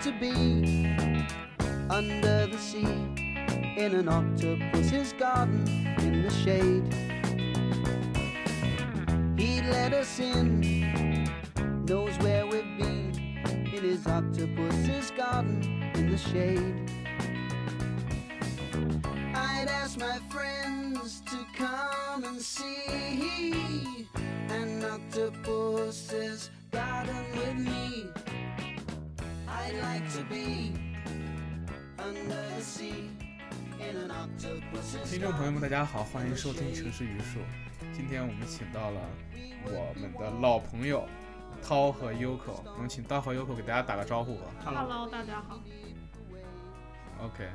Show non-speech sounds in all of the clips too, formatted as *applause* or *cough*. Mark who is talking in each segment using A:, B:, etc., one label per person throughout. A: to be under the sea in an octopus's garden in the shade. He let us in, knows where we've been in his octopus's garden in the shade. I'd ask my friends to come and see an octopus's garden with me. I'd like to be under the sea in an octopus's
B: 听众朋友们，大家好，欢迎收听《城市榆树》。今天我们请到了我们的老朋友涛和 Yoko，我们请涛和 Yoko 给大家打个招呼吧。
C: Hello，大家好。
B: OK，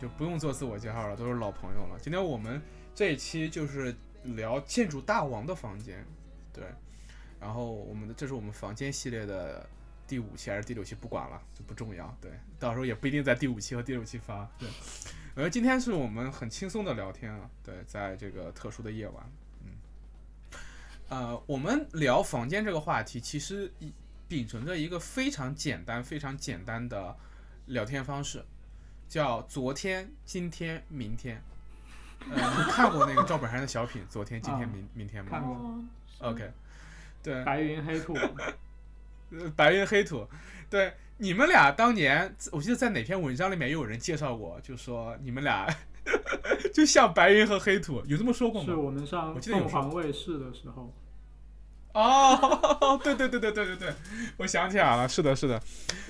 B: 就不用做自我介绍了，都是老朋友了。今天我们这一期就是聊建筑大王的房间，对。然后我们的这是我们房间系列的第五期还是第六期，不管了，就不重要。对，到时候也不一定在第五期和第六期发。对，而今天是我们很轻松的聊天啊，对，在这个特殊的夜晚，嗯，呃，我们聊房间这个话题，其实一秉承着一个非常简单、非常简单的聊天方式，叫昨天、今天、明天。呃，你看过那个赵本山的小品《昨天、今天、
D: 啊
B: 明明天》
D: 看
B: 吗
D: 过
C: 哦，
B: ？OK，对，
D: 白云黑
B: *laughs*
D: 兔，
B: 呃白云黑土，对你们俩当年，我记得在哪篇文章里面也有人介绍过，就说你们俩 *laughs* 就像白云和黑土，有这么说过
D: 是
B: 吗？
D: 我们上
B: 我记得有
D: 凤凰卫视的时候，
B: 哦，对对对对对对对，我想起来了，是的，是的。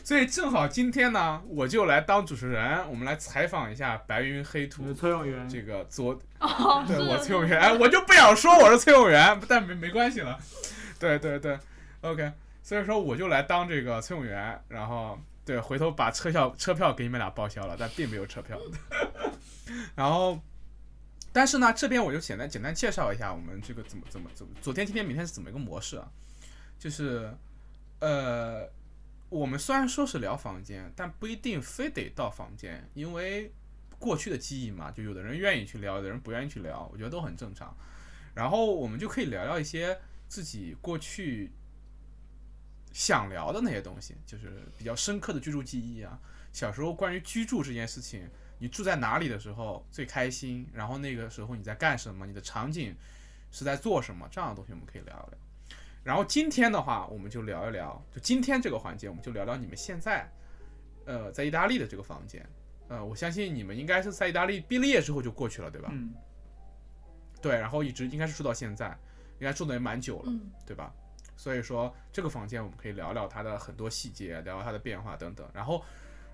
B: 所以正好今天呢，我就来当主持人，我们来采访一下白云黑
D: 你
B: 土
D: 的崔永元，
B: 这个昨
C: 哦，
B: 对
C: 是
B: 我
C: 的
B: 崔永元，哎，我就不想说我是崔永元，但没没关系了。对对对，OK，所以说我就来当这个崔永元，然后对，回头把车票车票给你们俩报销了，但并没有车票。 *laughs* 然后，但是呢，这边我就简单简单介绍一下我们这个怎么怎么怎么，昨天、今天、明天是怎么一个模式啊？就是，呃，我们虽然说是聊房间，但不一定非得到房间，因为过去的记忆嘛，就有的人愿意去聊，有的人不愿意去聊，我觉得都很正常。然后我们就可以聊聊一些自己过去想聊的那些东西，就是比较深刻的居住记忆啊。小时候关于居住这件事情，你住在哪里的时候最开心，然后那个时候你在干什么，你的场景是在做什么，这样的东西我们可以聊一聊。然后今天的话，我们就聊一聊，就今天这个环节，我们就聊聊你们现在，呃，在意大利的这个房间。呃，我相信你们应该是在意大利毕了业之后就过去了，对吧？
D: 嗯，
B: 对，然后一直应该是住到现在，应该住的也蛮久了，
C: 嗯，
B: 对吧？所以说这个房间我们可以聊聊它的很多细节，聊聊它的变化等等。然后，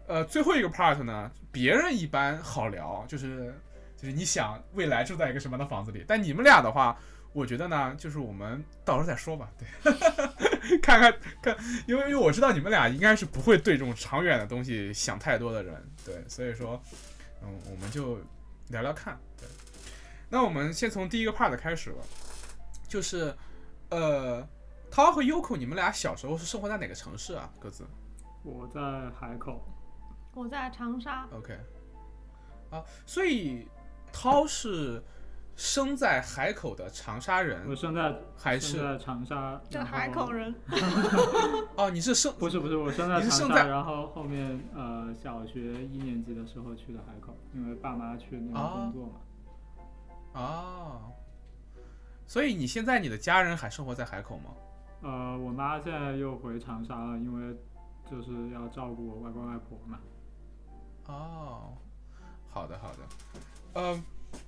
B: 呃，最后一个 part 呢，别人一般好聊，就是就是你想未来住在一个什么样的房子里，但你们俩的话，我觉得呢，就是我们到时候再说吧，对， *laughs* 看看看，因为因为我知道你们俩应该是不会对这种长远的东西想太多的人，对，所以说，嗯，我们就聊聊看，对。那我们先从第一个 part 开始吧，就是，呃，涛和 Yoko，你们俩小时候是生活在哪个城市啊？各自
D: 我在海口，
C: 我在长沙，
B: ？OK，啊，所以涛是生在海口的长沙
D: 我
B: 人，
D: 生在
B: 还
D: 嗯生
B: 是
D: 在长沙，
C: 对
D: 然后
C: 海口人，
B: 哦？你是生
D: 不是不是，我生在
B: 你
D: 长
B: 是
D: 沙，
B: 生在
D: 然后后面呃小学一年级的时候去的海口，因为爸妈去那边
B: 哦
D: 工作嘛，
B: 哦，所以你现在你的家人还生活在海口吗？
D: 呃，我妈现在又回长沙了，因为就是要照顾我外公外婆嘛，
B: 哦，好的好的，呃，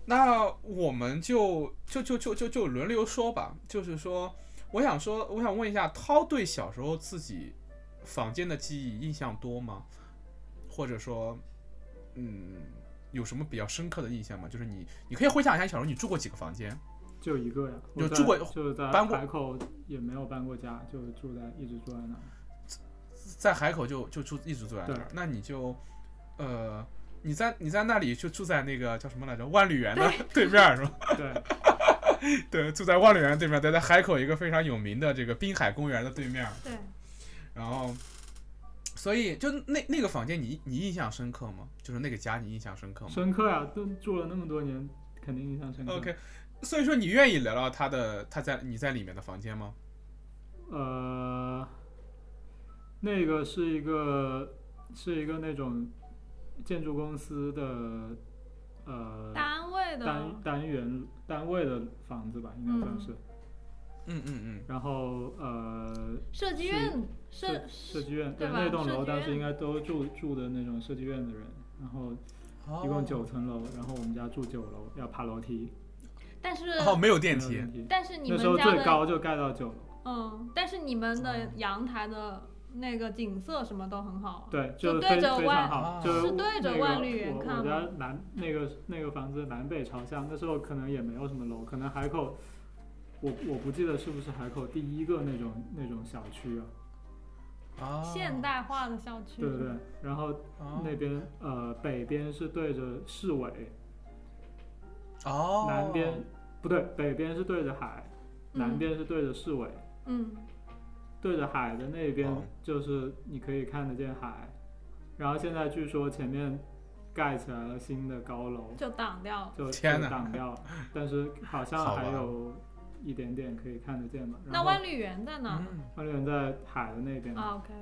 B: 那我们就就就就就就轮流说吧。就是说，我想说，我想问一下，涛对小时候自己房间的记忆印象多吗？或者说，嗯，有什么比较深刻的印象吗？就是你，你可以回想一下你小时候你住过几个房间？
D: 就一个呀，我
B: 有
D: 在
B: 住过
D: 就是在
B: 搬过
D: 海口也没有搬过家，就住在一直住在那儿。
B: *laughs* 在海口就就住一直住在那
D: 对
B: 儿，那你就，呃，你在你在那里就住在那个叫什么来着万旅园的对面儿是吧？
D: 对，
B: 对，住在万柳园对面，在在海口一个非常有名的这个滨海公园的对面。
C: 对，
B: 然后，所以就那那个房间你，你印象深刻吗？就是那个家，你印象深刻吗
D: 深刻呀、都住了那么多年，肯定印象深刻。
B: ？OK，所以说你愿意聊聊他的他在你在里面的房间吗？
D: 呃，那个是一个是一个那种建筑公司的呃
C: 单位的
D: 单单元单位的房子吧，应该算是。
B: 嗯嗯嗯，
D: 然后呃，
C: 设计院设
D: 设计院
C: 对吧
D: 那栋
C: 设
D: 楼
C: 计
D: 当时
C: 院
D: 应该都住住的那种设计院的人，然后
C: 哦
D: 一共九层
B: 哦
D: 楼，然后我们家住九楼，要爬楼梯，
C: 但是、
B: 哦，没有
D: 没有
B: 电梯，
D: 电梯。
C: 但是你
D: 那
C: 们
D: 时候
C: 家
D: 最
C: 的
D: 高就盖到九楼，
C: 嗯，但是你们的
B: 哦
C: 阳台的那个景色什么都很好啊，
D: 对，
C: 就
D: 就是
C: 对
D: 非
C: 着
D: 非
C: 万
D: 常好，
B: 哦
D: 就是
C: 对着
D: 那个
C: 万绿园
D: 我
C: 看
D: 我
C: 吗
D: 家南那个那个房子南北朝向，那时候可能也没有什么楼，可能海口，我我不记得是不是海口第一个那种那种小区啊，
B: 哦
C: 现代化的校区，
D: 对对对，然后
B: 哦
D: 那边呃北边是对着市委，
B: 哦，
D: 南边不对，北边是对着海，南
C: 嗯
D: 边是对着市委，
C: 嗯，
D: 对着海的那边
B: 哦
D: 就是你可以看得见海，然后现在据说前面盖起来了新的高楼，
C: 就挡掉了。
D: 就
B: 天
D: 就
B: 哪
D: 挡掉了，但是好像
B: 好吧
D: 还有一点点可以看得见吧。
C: 那
D: 然后嗯
C: 万绿园在哪？
B: 嗯
D: 万绿园在海的那边，
C: 啊，OK，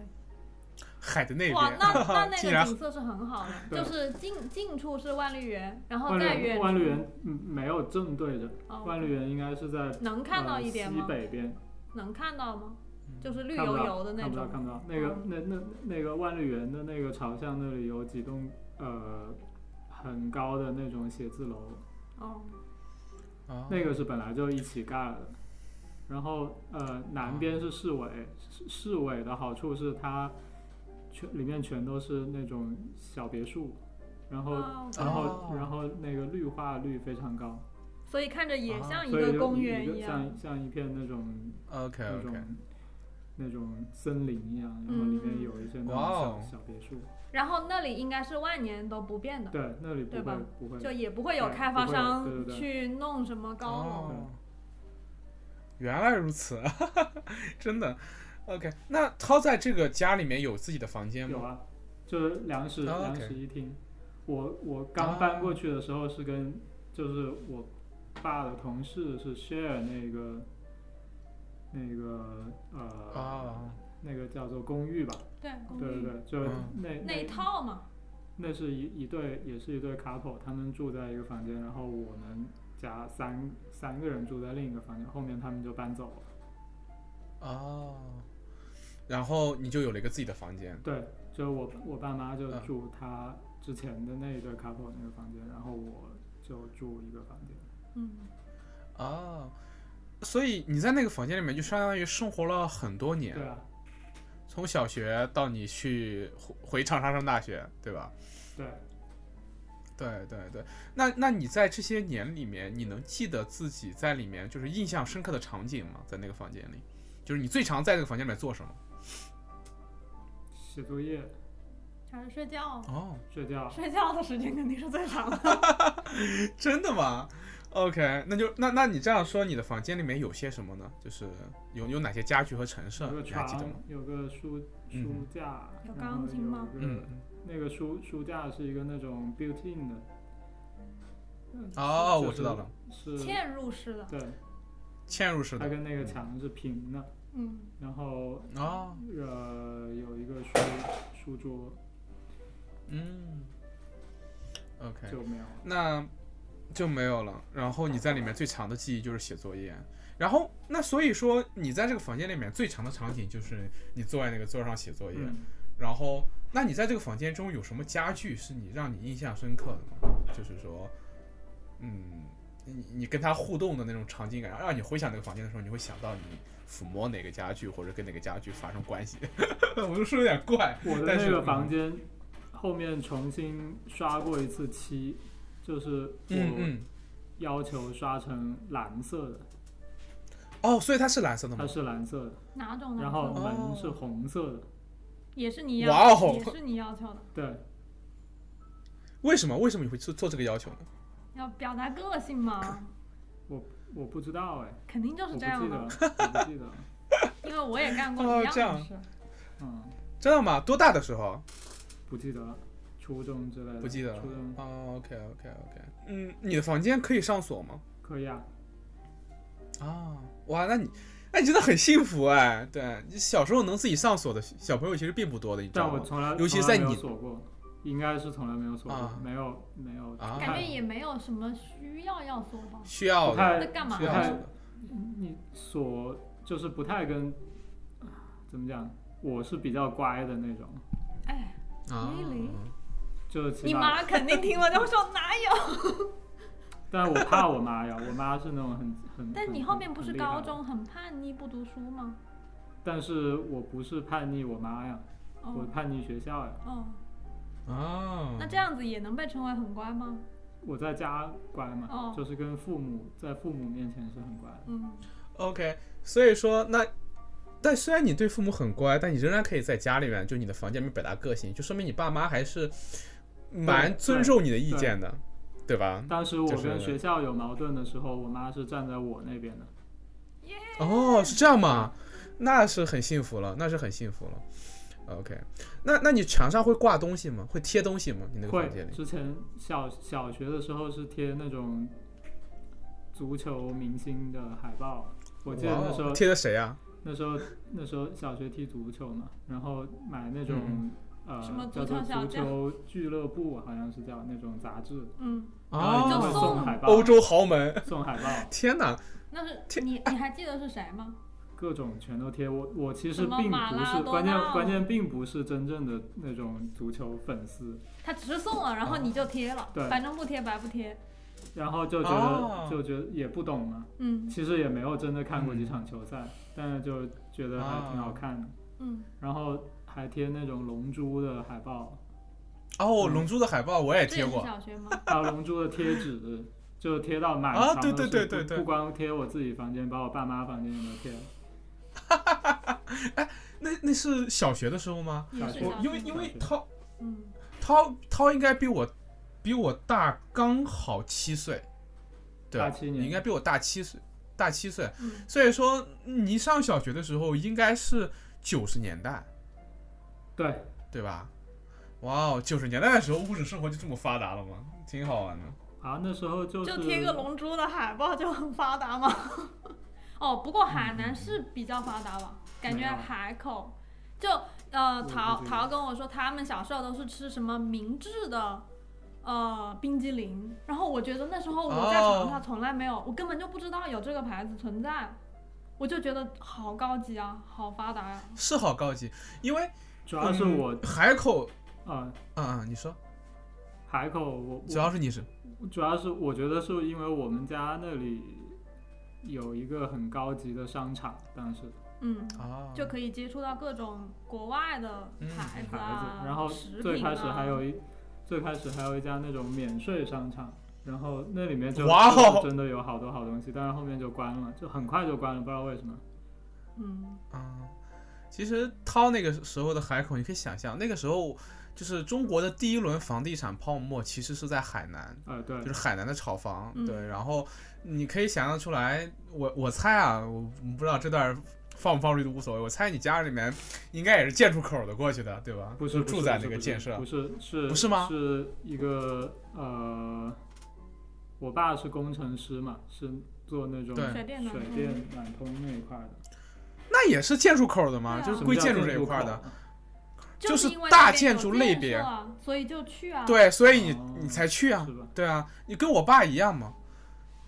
B: 海的那边，
C: 哇，
D: *laughs*
C: 那
B: *laughs*
C: 那那
B: 竟
C: 个
B: 然
C: 景色是很好的，
D: 对
C: 就是近近处是万绿园，然后
D: 万
C: 在
D: 绿
C: 远
D: 万绿
C: 处
D: 园嗯没有正对着，
C: 哦
D: 万绿园应该是在
C: 能看到
D: 呃
C: 一点
D: 西
C: 吗？
D: 北边，
C: 能看到吗？就是绿
D: 看不
C: 油
D: 到
C: 油的那
D: 看不到
C: 种。
D: 看不到。那
C: 哦
D: 个那那那个万绿园的那个朝向那里有几栋呃很高的那种写字楼，
C: 哦，
B: 哦
D: 那个是本来就一起盖的。然后呃，南边是市委，市市委的好处是它全里面全都是那种小别墅，然后、
C: 哦
D: 然后、
B: 哦
D: 然后那个绿化率非常高，
C: 所以看着也像一
D: 啊所以
C: 个
D: 就
C: 公
D: 一
C: 园
D: 个
C: 一样。
D: 像像一片那种
B: OK
D: 那
B: OK，
D: 种那种森林一样，然后里面
C: 嗯
D: 有一些那种
B: 哇
D: 小、
B: 哦
D: 小别墅，
C: 然后那里应该是万年都不变的，
D: 对，那里不
C: 对吧
D: 会不会
C: 就也不会有
D: 对
C: 开
D: 不
C: 发
D: 会有对
C: 商
D: 对对
C: 去弄什么高楼。
B: 哦，原来如此， *laughs* 真的。OK，那涛在这个家里面有自己的房间
D: 有
B: 吗？
D: 啊，就是两室
B: 啊
D: 两
B: OK 哦
D: 室一厅。我我刚搬过去的时候是跟就是我爸的同事是 share 那个那个呃、
B: 哦，
D: 那个叫做公寓吧，
C: 对，公
D: 对
C: 寓
D: 对对，就是
B: 嗯
D: 那、
C: 那一
D: 那
C: 套嘛。
D: 那是一一对也是一对 couple，他们住在一个房间，然后我们家三三个人住在另一个房间，后面他们就搬走了。
B: 哦，然后你就有了一个自己的房间。
D: 对，就我我爸妈就
B: 嗯
D: 住他之前的那一对 couple 那个房间，然后我就住一个房间。
C: 嗯，
B: 哦，所以你在那个房间里面就相当于生活了很多年，
D: 对啊，
B: 从小学到你去回回长沙上大学，对吧？
D: 对，
B: 对对对，那那你在这些年里面，你能记得自己在里面就是印象深刻的场景吗？在那个房间里，就是你最常在那个房间里面做什么？
D: 写作业、
C: 还是睡觉。
B: 哦，
D: 睡觉，
C: 睡觉的时间肯定是最长的。
B: *laughs* 真的吗？OK，那就那那你这样说，你的房间里面有些什么呢？就是有有哪些家具和陈设
D: 有个，
B: 你还记得
D: 床
B: 吗？，
D: 有个书书
B: 嗯
D: 架，
C: 有
D: 然
C: 钢
D: 后
C: 琴吗
D: 有一个
B: 嗯，
D: 那个书书架是一个那种 built-in 的，嗯
B: 哦，
D: 就
B: 我
D: 是
B: 知道了，
D: *laughs* 是，
C: 嵌入式的，
D: 对，
B: 嵌入式
D: 它
B: 的。嗯
D: 跟那个墙是平的，
C: 嗯，
D: 然后
B: 哦，
D: 呃有一个书书桌
B: 嗯，OK，
D: 就没有了。
B: 那就没有了。然后你在里面最长的记忆就是写作业，然后那所以说你在这个房间里面最长的场景就是你坐在那个桌上写作业。
D: 嗯，
B: 然后，那你在这个房间中有什么家具是你让你印象深刻的吗？就是说，嗯，你你跟他互动的那种场景感，让你回想那个房间的时候，你会想到你抚摸哪个家具或者跟哪个家具发生关系。 *laughs* 我就说有点怪，
D: 我的
B: 但是嗯
D: 那个房间后面重新刷过一次漆，就是
B: 嗯
D: 我
B: 嗯，
D: 要求刷成蓝色的，
B: 哦，所以它是蓝色的
D: 它
B: 吗？
D: 是蓝色的，
C: 哪种呢？
D: 然后
B: 哦
D: 门是红色的，
C: 也是你要，
B: 哇哦
C: 也是你要求的，
D: 对，
B: 为什么？为什么你会做做这个要求呢？
C: 要表达个性嘛，
D: *laughs* 我不知道哎，
C: 肯定就
D: 我不
C: 是
D: 记
C: 这
D: 得，
C: 样的
D: 我，不记得， *laughs*
C: 因为我也干过
B: 哦
C: 一
B: 这
C: 样
B: 样
C: 的事。
D: 嗯，
B: 真的吗？多大的时候？
D: 不记得了，初中之类的，
B: 不记得了
D: 初中
B: 哦，OK OK OK，嗯，你的房间可以上锁吗？
D: 可以啊，
B: 啊，哇，那你哎，你真的很幸福哎。对，你小时候能自己上锁的小朋友其实并不多的，你知道
D: 但我
B: 吗？
D: 从来
B: 尤其
D: 从来
B: 在
D: 没有
B: 你
D: 锁过，应该是从来没有锁过
B: 啊，
D: 没有没有
B: 啊
D: 太
C: 感觉也没有什么需要要说吧。
B: 需要
D: 不
B: 的，
D: 太
C: 在干嘛
B: 需
D: 不
B: 要
D: 太
B: 的。
D: 你所就是不太跟怎么讲，我是比较乖的那种，
C: 哎，
B: 啊
C: Really？
D: 就起
C: 你
D: 码，
C: 妈肯定听了就会说
B: *laughs*
C: 哪有？
D: 但我怕我妈呀，我妈是那种很很。
C: *laughs* 但
D: 很
C: 你后面不是高，
D: 很很厉害的
C: 中很叛逆不读书吗？
D: 但是我不是叛逆我妈呀，我
C: 哦
D: 叛逆学校呀，
C: 哦，
B: 啊，
C: 那这样子也能被称为很乖吗？
D: 我在家乖嘛，
C: 哦
D: 就是跟父母在父母面前是很乖的。
C: 嗯，
B: OK，所以说那，但虽然你对父母很乖，但你仍然可以在家里面，就你的房间里面表达个性，就说明你爸妈还是蛮
D: 对
B: 尊
D: 对
B: 重你的意
D: 对
B: 见的，对吧？
D: 当时我
B: 就是
D: 跟学校有矛盾的时候，我妈是站在我那边的。
B: 哦，
C: 哎
B: 是这样吗？那是很幸福了，那是很幸福了。OK，那那你墙上会挂东西吗？会贴东西吗？你那个
D: 会
B: 房间里，
D: 之前小小学的时候是贴那种足球明星的海报，我记得
B: 哇
D: 那时候
B: 哦贴的谁呀、
D: 那时候那时候小学踢足球嘛，然后买那种、
B: 嗯
C: 什么
D: 呃
C: 足
D: 叫
C: 球
D: 做
C: 小
D: 足
C: 将
D: 球俱乐部，好像是叫那种杂志，
C: 嗯，
D: 然后
C: 就
D: 就会
B: 哦，
C: 送
D: 海报，
B: 欧洲豪门，
D: 送海报，
B: 天哪！
C: 那是你
B: 哎
C: 你还记得是谁吗？
D: 各种全都贴。我我其实
C: 什么
D: 并
C: 马
D: 不
C: 拉
D: 是
C: 多
D: 关键
C: 纳哦
D: 关键并不是真正的那种足球粉丝，
C: 他只是送了，然
B: 哦
C: 后你就贴了，
D: 对
C: 反正不贴白不贴。
D: 然后就觉得、
B: 哦嗯
D: 就觉得也不懂嘛，
C: 嗯
D: 其实也没有真的看过几场球赛，但是就觉得还挺好
B: 哦
D: 看的。
C: 嗯，
D: 然后还贴那种龙珠的海报，
B: 哦，
D: 嗯
B: 龙珠的海报我也
C: 这
B: 哎贴
C: 也是
B: 过，
C: 小学吗？
D: 还有龙珠的贴纸，就贴到满
B: 啊
D: 墙
B: 对对
D: 都是
B: 对
D: 不
B: 对对
D: 不光贴我自己房间，把我爸妈房间也都贴了。
B: 那那是小学的时候吗？
C: 也是
D: 小
B: 我
C: 小
B: 因为
C: 学。
B: 因为
D: 小学
B: 涛
C: 嗯，
B: 涛涛应该比我比我大刚好七岁，对吧
D: 大七年
B: 你应该比我大七岁，大七岁。
C: 嗯
B: 所以说你上小学的时候应该是九十年代，
D: 对，
B: 对吧？哇哦，九十年代的时候物质生活就这么发达了吗？挺好玩的。
D: 啊，那时候就是
C: 就贴个龙珠的海报就很发达吗？ *laughs* 哦，不过海南是比较发达吧，感觉
D: 嗯没有啊
C: 海口就呃
D: 不
C: 桃
D: 知道
C: 桃跟我说，他们小时候都是吃什么明治的。呃，冰激凌，然后我觉得那时候我在长沙从来没有我根本就不知道有这个牌子存在，我就觉得好高级啊，好发达呀、
B: 是好高级，因为
D: 主要是我
B: 嗯海口，
D: 啊、
B: 嗯嗯，你说，
D: 海口我
B: 主要是你是，
D: 我主要是我觉得是因为我们家那里有一个很高级的商场，当时
C: 嗯，
D: 哦
B: 啊，
C: 就可以接触到各种国外的
B: 嗯
C: 牌
D: 牌
C: 啊，
D: 子，然后
C: 食
D: 最
C: 品
D: 开始
C: 啊
D: 还有一最开始还有一家那种免税商场，然后那里面就
B: 哇哦
D: 就是真的有好多好东西，但是后面就关了，就很快就关了，不知道为什么。
C: 嗯
B: 嗯，其实涛那个时候的海口，你可以想象，那个时候就是中国的第一轮房地产泡沫，其实是在海南，
D: 呃，对
B: 就，是海南的炒房。
C: 嗯
B: 对，然后你可以想象出来，我我猜啊，我我不知道这段放不放出去都无所谓，我猜你家里面应该也是建出口的过去的，对吧？
D: 不
B: 就是住在那个
D: 不是
B: 建设
D: 不。是是
B: 不是吗
D: 是一个呃，我爸是工程师嘛，是做那种
B: 对
C: 水电暖
D: 水
C: 通
D: 电暖通那一块的，
B: 那也是建筑口的吗？
C: 对啊
B: 就是
D: 什么
B: 归
D: 叫
B: 建筑
D: 进
B: 这一
D: 入
B: 块
D: 口
B: 的。
D: 啊
B: 就是是
C: 因为
B: 大
C: 那边
B: 建
C: 有
B: 筑
C: 建
B: 类
C: 设
B: 别
C: 啊，所以就去啊。，
B: 对，所以你
D: 哦
B: 你才去啊
D: 是吧？
B: 对啊，你跟我爸一样嘛。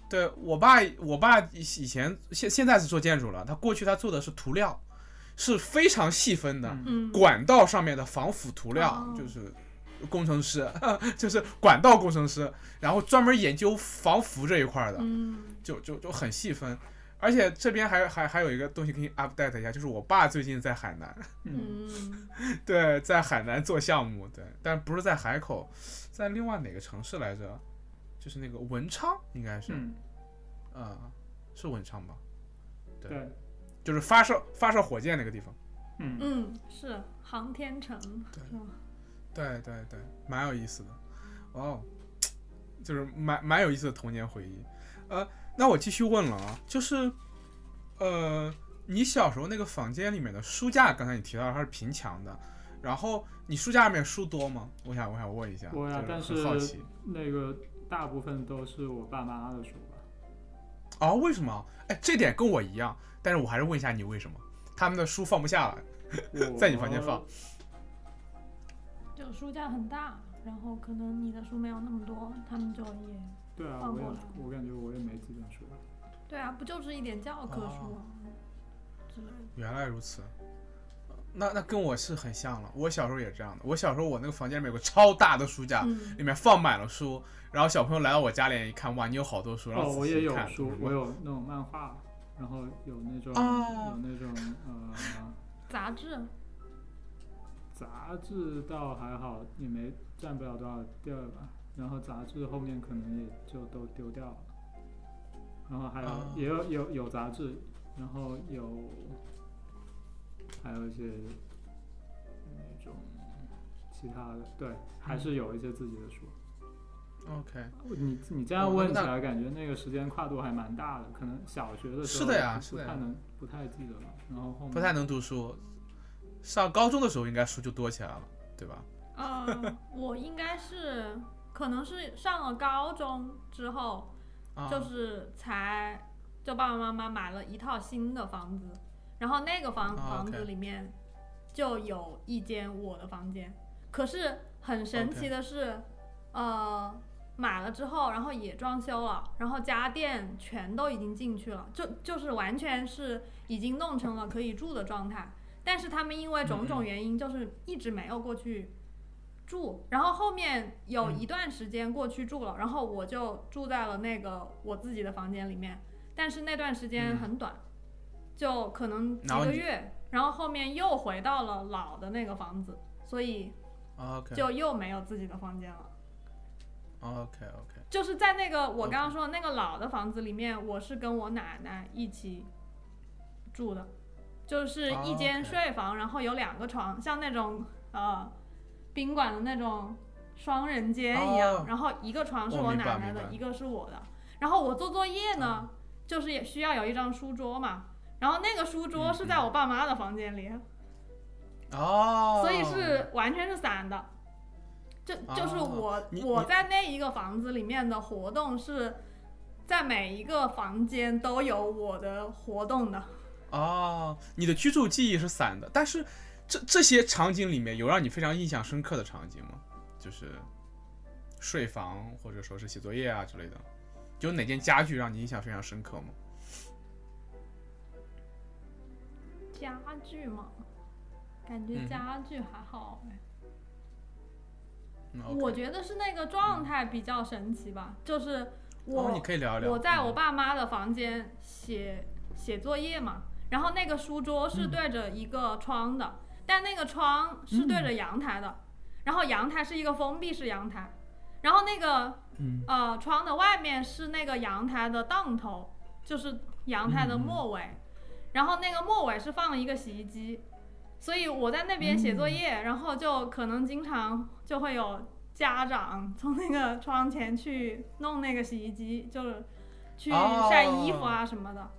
B: 对我爸，我爸以以前现现在是做建筑了，他过去他做的是涂料，是非常细分的，
D: 嗯
C: 嗯，
B: 管道上面的防腐涂料，
C: 哦
B: 就是工程师， *laughs* 就是管道工程师，然后专门研究防腐这一块儿的，
C: 嗯，
B: 就就就很细分。而且这边还还还有一个东西给你 update 一下，就是我爸最近在海南，
D: 嗯，
C: 嗯，
B: 对，在海南做项目，对，但不是在海口，在另外哪个城市来着？就是那个文昌，应该是，
D: 嗯，
B: 嗯，是文昌吧？对
D: 对，
B: 就是发射发射火箭那个地方。
D: 嗯。
C: 嗯，是航天城，
B: 对
C: 是吧
B: 对对对，蛮有意思的，哦，就是蛮蛮有意思的童年回忆。呃，那我继续问了啊，就是，呃，你小时候那个房间里面的书架，刚才你提到它是平墙的，然后你书架里面书多吗？我想我想问一下，
D: 多
B: 就
D: 呀
B: 是
D: 但
B: 很好
D: 是
B: 奇 *laughs*
D: 那个大部分都是我爸妈的书吧，
B: 啊、为什么？哎，这点跟我一样，但是我还是问一下你为什么？他们的书放不下了，
D: 我
B: 在你房间放。
C: 就书架很大，然后可能你的书没有那么多，他们就也
D: 对啊，
C: 放
D: 我也
C: 过了
D: 我感觉我也没几本书。
C: 对啊，不就是一点教科书
B: 哦
C: 啊之类的。
B: 原来如此，那那跟我是很像了。我小时候也这样的。我小时候我那个房间里面有个超大的书架，
C: 嗯，
B: 里面放满了书，然后小朋友来到我家里一看，哇，你有好多书，然后
D: 哦，
B: 仔细
D: 我也有
B: 看
D: 书
B: 嗯，
D: 我有那种漫画，然后有那种、
B: 哦
D: 有那种
B: *laughs*
D: 呃
C: 杂志，
D: 杂志倒还好，也没占不了多少地儿吧。然后杂志后面可能也就都丢掉了。然后还有、
B: 啊
D: 也有有有杂志，然后有还有一些呃那种其他的，对，还是有一些自己的书。
B: OK，
D: 你你这
B: 哦
D: 样
B: 那
D: 问起
B: 那
D: 来，感觉那个时间跨度还蛮大的，可能小学的时
B: 是
D: 候
B: 的呀
D: 不
B: 是的
D: 不
B: 呀
D: 太能不太记得了，然后后面
B: 不太能读书。上高中的时候应该书就多起来了，对吧？ *laughs*
C: 呃，我应该是可能是上了高中之后，
B: 啊，
C: 就是才就爸爸妈妈买了一套新的房子，然后那个房、
B: 哦
C: 房
B: OK
C: 子里面就有一间我的房间，可是很神
B: OK
C: 奇的是呃，买了之后，然后也装修了，然后家电全都已经进去了，就就是完全是已经弄成了可以住的状态，但是他们因为种
B: 嗯
C: 种原因，就是一直没有过去住。然后后面有
B: 嗯
C: 一段时间过去住了，然后我就住在了那个我自己的房间里面，但是那段时间
B: 嗯
C: 很短，就可能几
B: 然后
C: 个
B: 你
C: 月。然后后面又回到了老的那个房子，所以
B: 啊 OK
C: 就又没有自己的房间了。
B: OK OK
C: 就是在那个我
B: OK
C: 刚刚说的那个老的房子里面，我是跟我奶奶一起住的，就是一
B: 哦
C: 间
B: ，OK
C: 睡房，然后有两个床，像那种呃宾馆的那种双人间一
B: 哦
C: 样，然后一个床是
B: 我
C: 我
B: 明白
C: 奶奶
B: 明
C: 的，
B: 白啊
C: 一个是我的。然后我做作业呢，就是也需要有一张书桌嘛，然后那个书桌
B: 嗯
C: 是在我爸妈的房间里，
B: 哦，
C: 所以是完全是散的。就就是
B: 哦
C: 我、
B: 你
C: 我
B: 你
C: 在那一个房子里面的活动是，在每一个房间都有我的活动的。
B: 哦，你的居住记忆是散的，但是这这些场景里面有让你非常印象深刻的场景吗？就是睡房或者说是写作业啊之类的，有哪件家具让你印象非常深刻吗？
C: 家具嘛，感
B: 嗯
C: 觉
B: 哼
C: 家具还好哎。
B: 嗯
C: 我
B: OK
C: 觉得是那个状态比较神奇吧，就是我、
B: 哦，你可以聊一聊。
C: 我在我
B: 嗯
C: 爸妈的房间写写作业嘛，然后那个书桌
B: 嗯
C: 是对着一个窗的，但那个窗是对着
B: 嗯
C: 阳台的，然后阳台是一个封闭式阳台，然后那个、
B: 嗯
C: 呃窗的外面是那个阳台的档头，就是阳台的末尾，然后那个末尾是放了一个洗衣机，所以我在那边写作业，然后就可能经常就会有家长从那个窗前去弄那个洗衣机，就是去
B: 哦
C: 晒衣服啊什么的，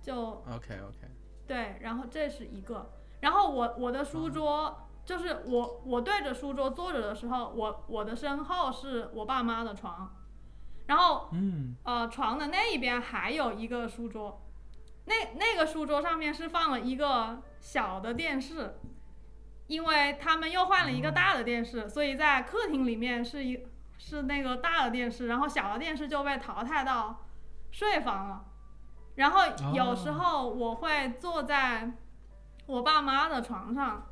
C: 就
B: OK OK，
C: 对，然后这是一个，然后我我的书桌。就是我，我对着书桌坐着的时候，我我的身后是我爸妈的床，然后
B: 嗯，
C: 呃，床的那一边还有一个书桌，那那个书桌上面是放了一个小的电视，因为他们又换了一个大的电视，所以在客厅里面是一是那个大的电视，然后小的电视就被淘汰到睡房了。然后有时候我会坐在我爸妈的床上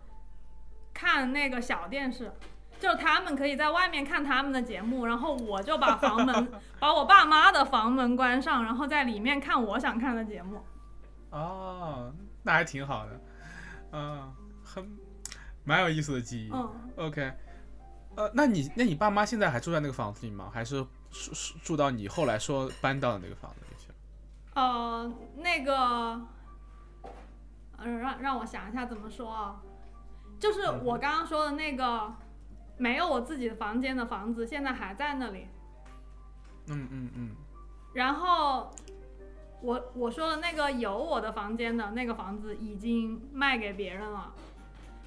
C: 看那个小电视，就是他们可以在外面看他们的节目，然后我就把房门 *laughs* 把我爸妈的房门关上，然后在里面看我想看的节目。
B: 哦，那还挺好的，嗯，很蛮有意思的记忆。
C: 嗯，
B: OK，呃，那你那你爸妈现在还住在那个房子里吗？还是住住住到你后来说搬到的那个房子里去了？
C: 呃，那个，呃，让让我想一下怎么说啊，就是我刚刚说的那个没有我自己的房间的房子，现在还在那里。
B: 嗯嗯嗯，
C: 然后我我说的那个有我的房间的那个房子已经卖给别人了，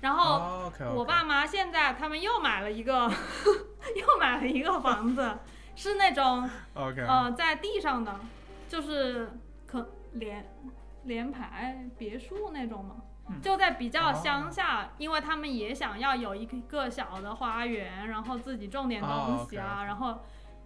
C: 然后
B: o k
C: 哦我爸妈现在他们又买了一个， *laughs* 又买了一个房子，是那种
B: OK，
C: 呃呃在地上的，就是可联联排别墅那种嘛，
D: 嗯
C: 就在比较
B: 哦
C: 乡下，因为他们也想要有一个小的花园，然后自己种点
B: 哦
C: 东西啊，
B: ，OK，OK
C: 然后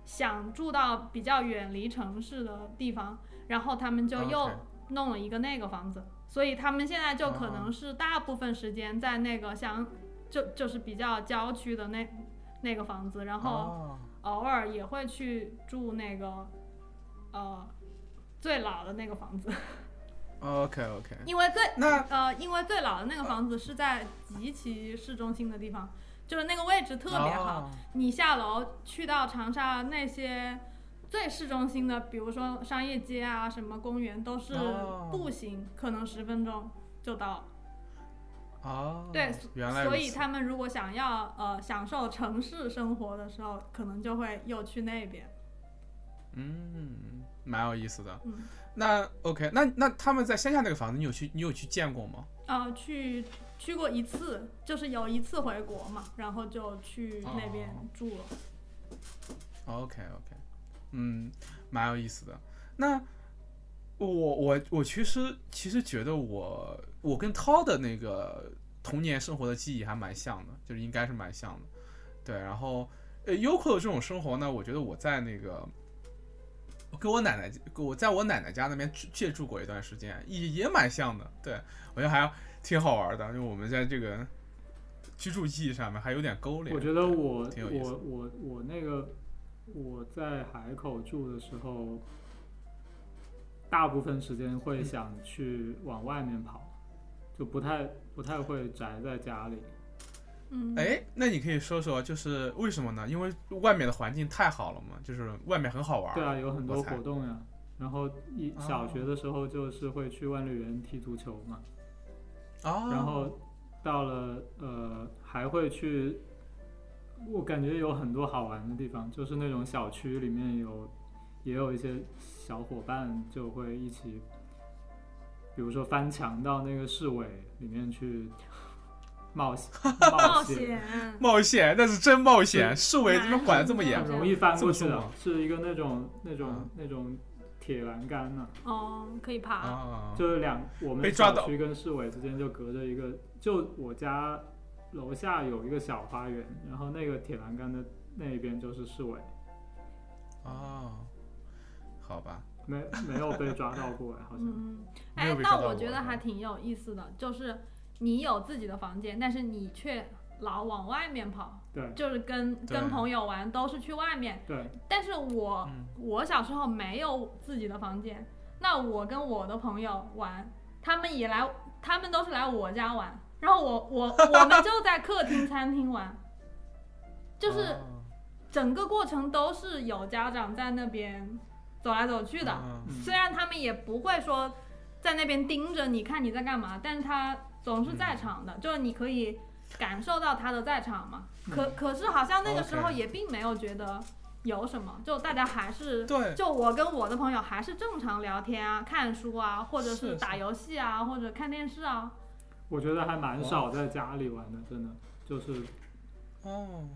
C: 想住到比较远离城市的地方，然后他们就又
B: 哦 OK
C: 弄了一个那个房子，所以他们现在就可
B: 哦
C: 能是大部分时间在那个乡，就就是比较郊区的那那个房子，然后。
B: 哦
C: 偶尔也会去住那个，呃，最老的那个房子， *laughs*
B: ，OK OK，
C: 因为最
B: 那
C: 呃，因为最老的那个房子是在极其市中心的地方，就是那个位置特别好。
B: 哦
C: 你下楼去到长沙那些最市中心的，比如说商业街啊、什么公园，都是
B: 哦
C: 步行可能十分钟就到了。
B: 哦，
C: 对，
B: 原来如
C: 所
B: 此
C: 以他们如果想要呃享受城市生活的时候，可能就会又去那边。
B: 嗯，蛮有意思的。
C: 嗯
B: 那 OK，那那他们在乡下那个房子，你有去你有去见过吗？
C: 啊、去去过一次，就是有一次回国嘛，然后就去那边
B: 哦
C: 住了。
B: OK OK，嗯，蛮有意思的。那我我我其实其实觉得我我跟涛的那个童年生活的记忆还蛮像的，就是应该是蛮像的。对，然后呃，Yoko 的这种生活呢，我觉得我在那个我跟我奶奶，我在我奶奶家那边住借住过一段时间，也也蛮像的。对我觉得还挺好玩的，就我们在这个居住记忆上面还有点勾连。
D: 我觉得我
B: 挺有意思
D: 我我我那个我在海口住的时候，大部分时间
B: 嗯
D: 会想去往外面跑，就不太不太会宅在家里。
C: 嗯，
B: 哎，那你可以说说，就是为什么呢？因为外面的环境太好了嘛，就是外面很好玩。
D: 对啊，有很
B: 我
D: 多
B: 猜
D: 活动呀。然后一小学
B: 哦
D: 的时候就是会去万绿园踢足球嘛，
B: 哦，
D: 然后到了呃还会去，我感觉有很多好玩的地方，就是那种小区里面有也有一些小伙伴就会一起，比如说翻墙到那个市委里面去冒险
C: 冒
D: 冒险，
C: 险，
B: 冒险，那是真冒险，
D: 嗯
B: 市委怎么管得这么严
D: 很？容易翻
B: 这么
D: 过去
B: 重
D: 的
B: 吗，
D: 是一个那种那
B: 啊
D: 种那种铁栏杆啊呢、
C: 哦，可以爬。
B: 啊，
D: 就是两我们
B: 被抓到
D: 小区跟市委之间就隔着一个，就我家楼下有一个小花园，然后那个铁栏杆的那一边就是市委，
B: 哦，好吧，
D: 没没有被抓到过哎，好像。
C: 嗯，
B: 没
C: 哎
B: 有，被抓
C: 那
B: 到
C: 我
B: 过
C: 觉得还挺有意思的，就是你有自己的房间，但是你却老往外面跑，
D: 对
C: 就是跟
B: 对
C: 跟朋友玩都是去外面。
D: *laughs* 对，
C: 但是我、
B: 嗯
C: 我小时候没有自己的房间，那我跟我的朋友玩，他们也来，他们都是来我家玩，然后
B: *laughs*
C: 我我我们就在客厅、餐厅玩，就是
B: 哦
C: 整个过程都是有家长在那边走来走去的，
B: 嗯
D: 嗯
C: 虽然他们也不会说在那边盯着你看你在干嘛，但是他总是在场
B: 嗯
C: 的，就是你可以感受到他的在场嘛。可可是好像那个时候
B: OK
C: 也并没有觉得有什么，就大家还是。
B: 对，
C: 就我跟我的朋友还是正常聊天啊，看书啊，或者
B: 是
C: 是打
B: 是
C: 游戏啊，或者看电视啊。
D: 我觉得还蛮少在家里玩的，真的就是
B: 哦，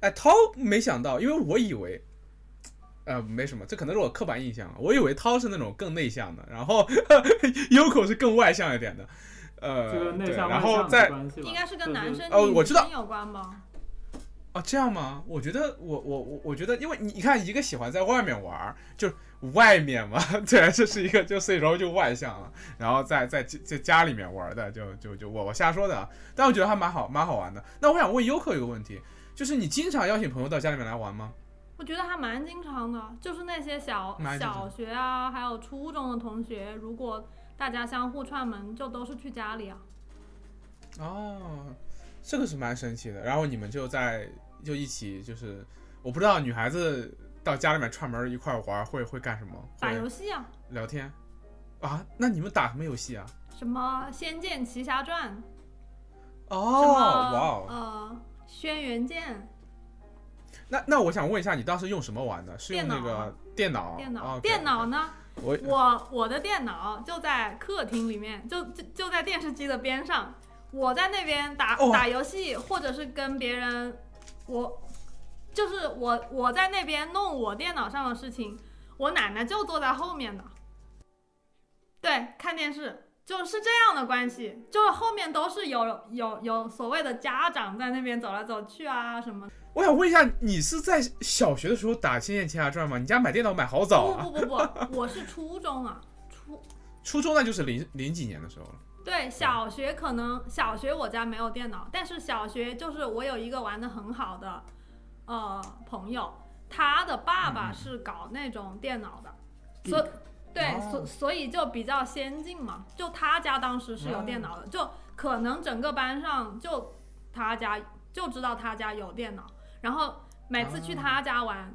B: 哎，涛没想到，因为我以为，呃，没什么，这可能是我刻板印象啊，我以为涛是那种更内向的，然后 *laughs* Yoko 是更外向一点的，呃，
D: 这个内
B: 对
D: 向外
B: 然后
D: 向
B: 在
D: 的关系吧
C: 应。该是跟
D: 就是
C: 男生、
B: 哦我
C: 女
B: 知道
C: 生有关吧？
B: 啊，这样吗？我觉得我我我我觉得，因为你你看，一个喜欢在外面玩儿，就是外面嘛， *laughs* 对，这是一个就所以说就外向了，然后在在在家里面玩儿的，就就就我我瞎说的，啊，但我觉得还蛮好蛮好玩的。那我想问 Yoko 一个问题，就是你经常邀请朋友到家里面来玩吗？
C: 我觉得还蛮经常的，就是那些小
B: 蛮经常
C: 小学啊，还有初中的同学，如果大家相互串门，就都是去家里啊。
B: 哦，这个是蛮神奇的。然后你们就在就一起，就是我不知道女孩子到家里面串门儿一块儿玩儿会会干什么？
C: 打游
B: 会
C: 戏啊，
B: 聊天啊？那你们打什么游戏啊？
C: 什么《仙剑奇侠传》，
B: 哦，
C: 什
B: 哇
C: 么
B: 哦！
C: 呃《轩辕剑
B: 那那我想问一下，你当时用什么玩的？是用那个电脑？》
C: 啊电
B: 哦
C: 脑，
B: ，OK，
C: 电脑呢？
B: 我
C: 我我的电脑就在客厅里面，就就就在电视机的边上，我在那边打、
B: 哦
C: 打游戏，或者是跟别人，我就是我我在那边弄我电脑上的事情，我奶奶就坐在后面的，对，看电视就是这样的关系，就是后面都是有有有所谓的家长在那边走来走去啊什么的。
B: 我想问一下，你是在小学的时候打《仙剑奇侠啊传》吗？你家买电脑买好早啊！
C: 不不不不，我是初中啊，初
B: 初中那就是零零几年的时候了。
C: 对，小学可能小学我家没有电脑，但是小学就是我有一个玩的很好的，呃，朋友，他的爸爸
B: 嗯
C: 是搞那种电脑的，所对，
B: 哦
C: 所所以就比较先进嘛。就他家当时是有电脑
B: 哦
C: 的，就可能整个班上就他家就知道他家有电脑，然后每次去
B: 哦嗯
C: 他家玩，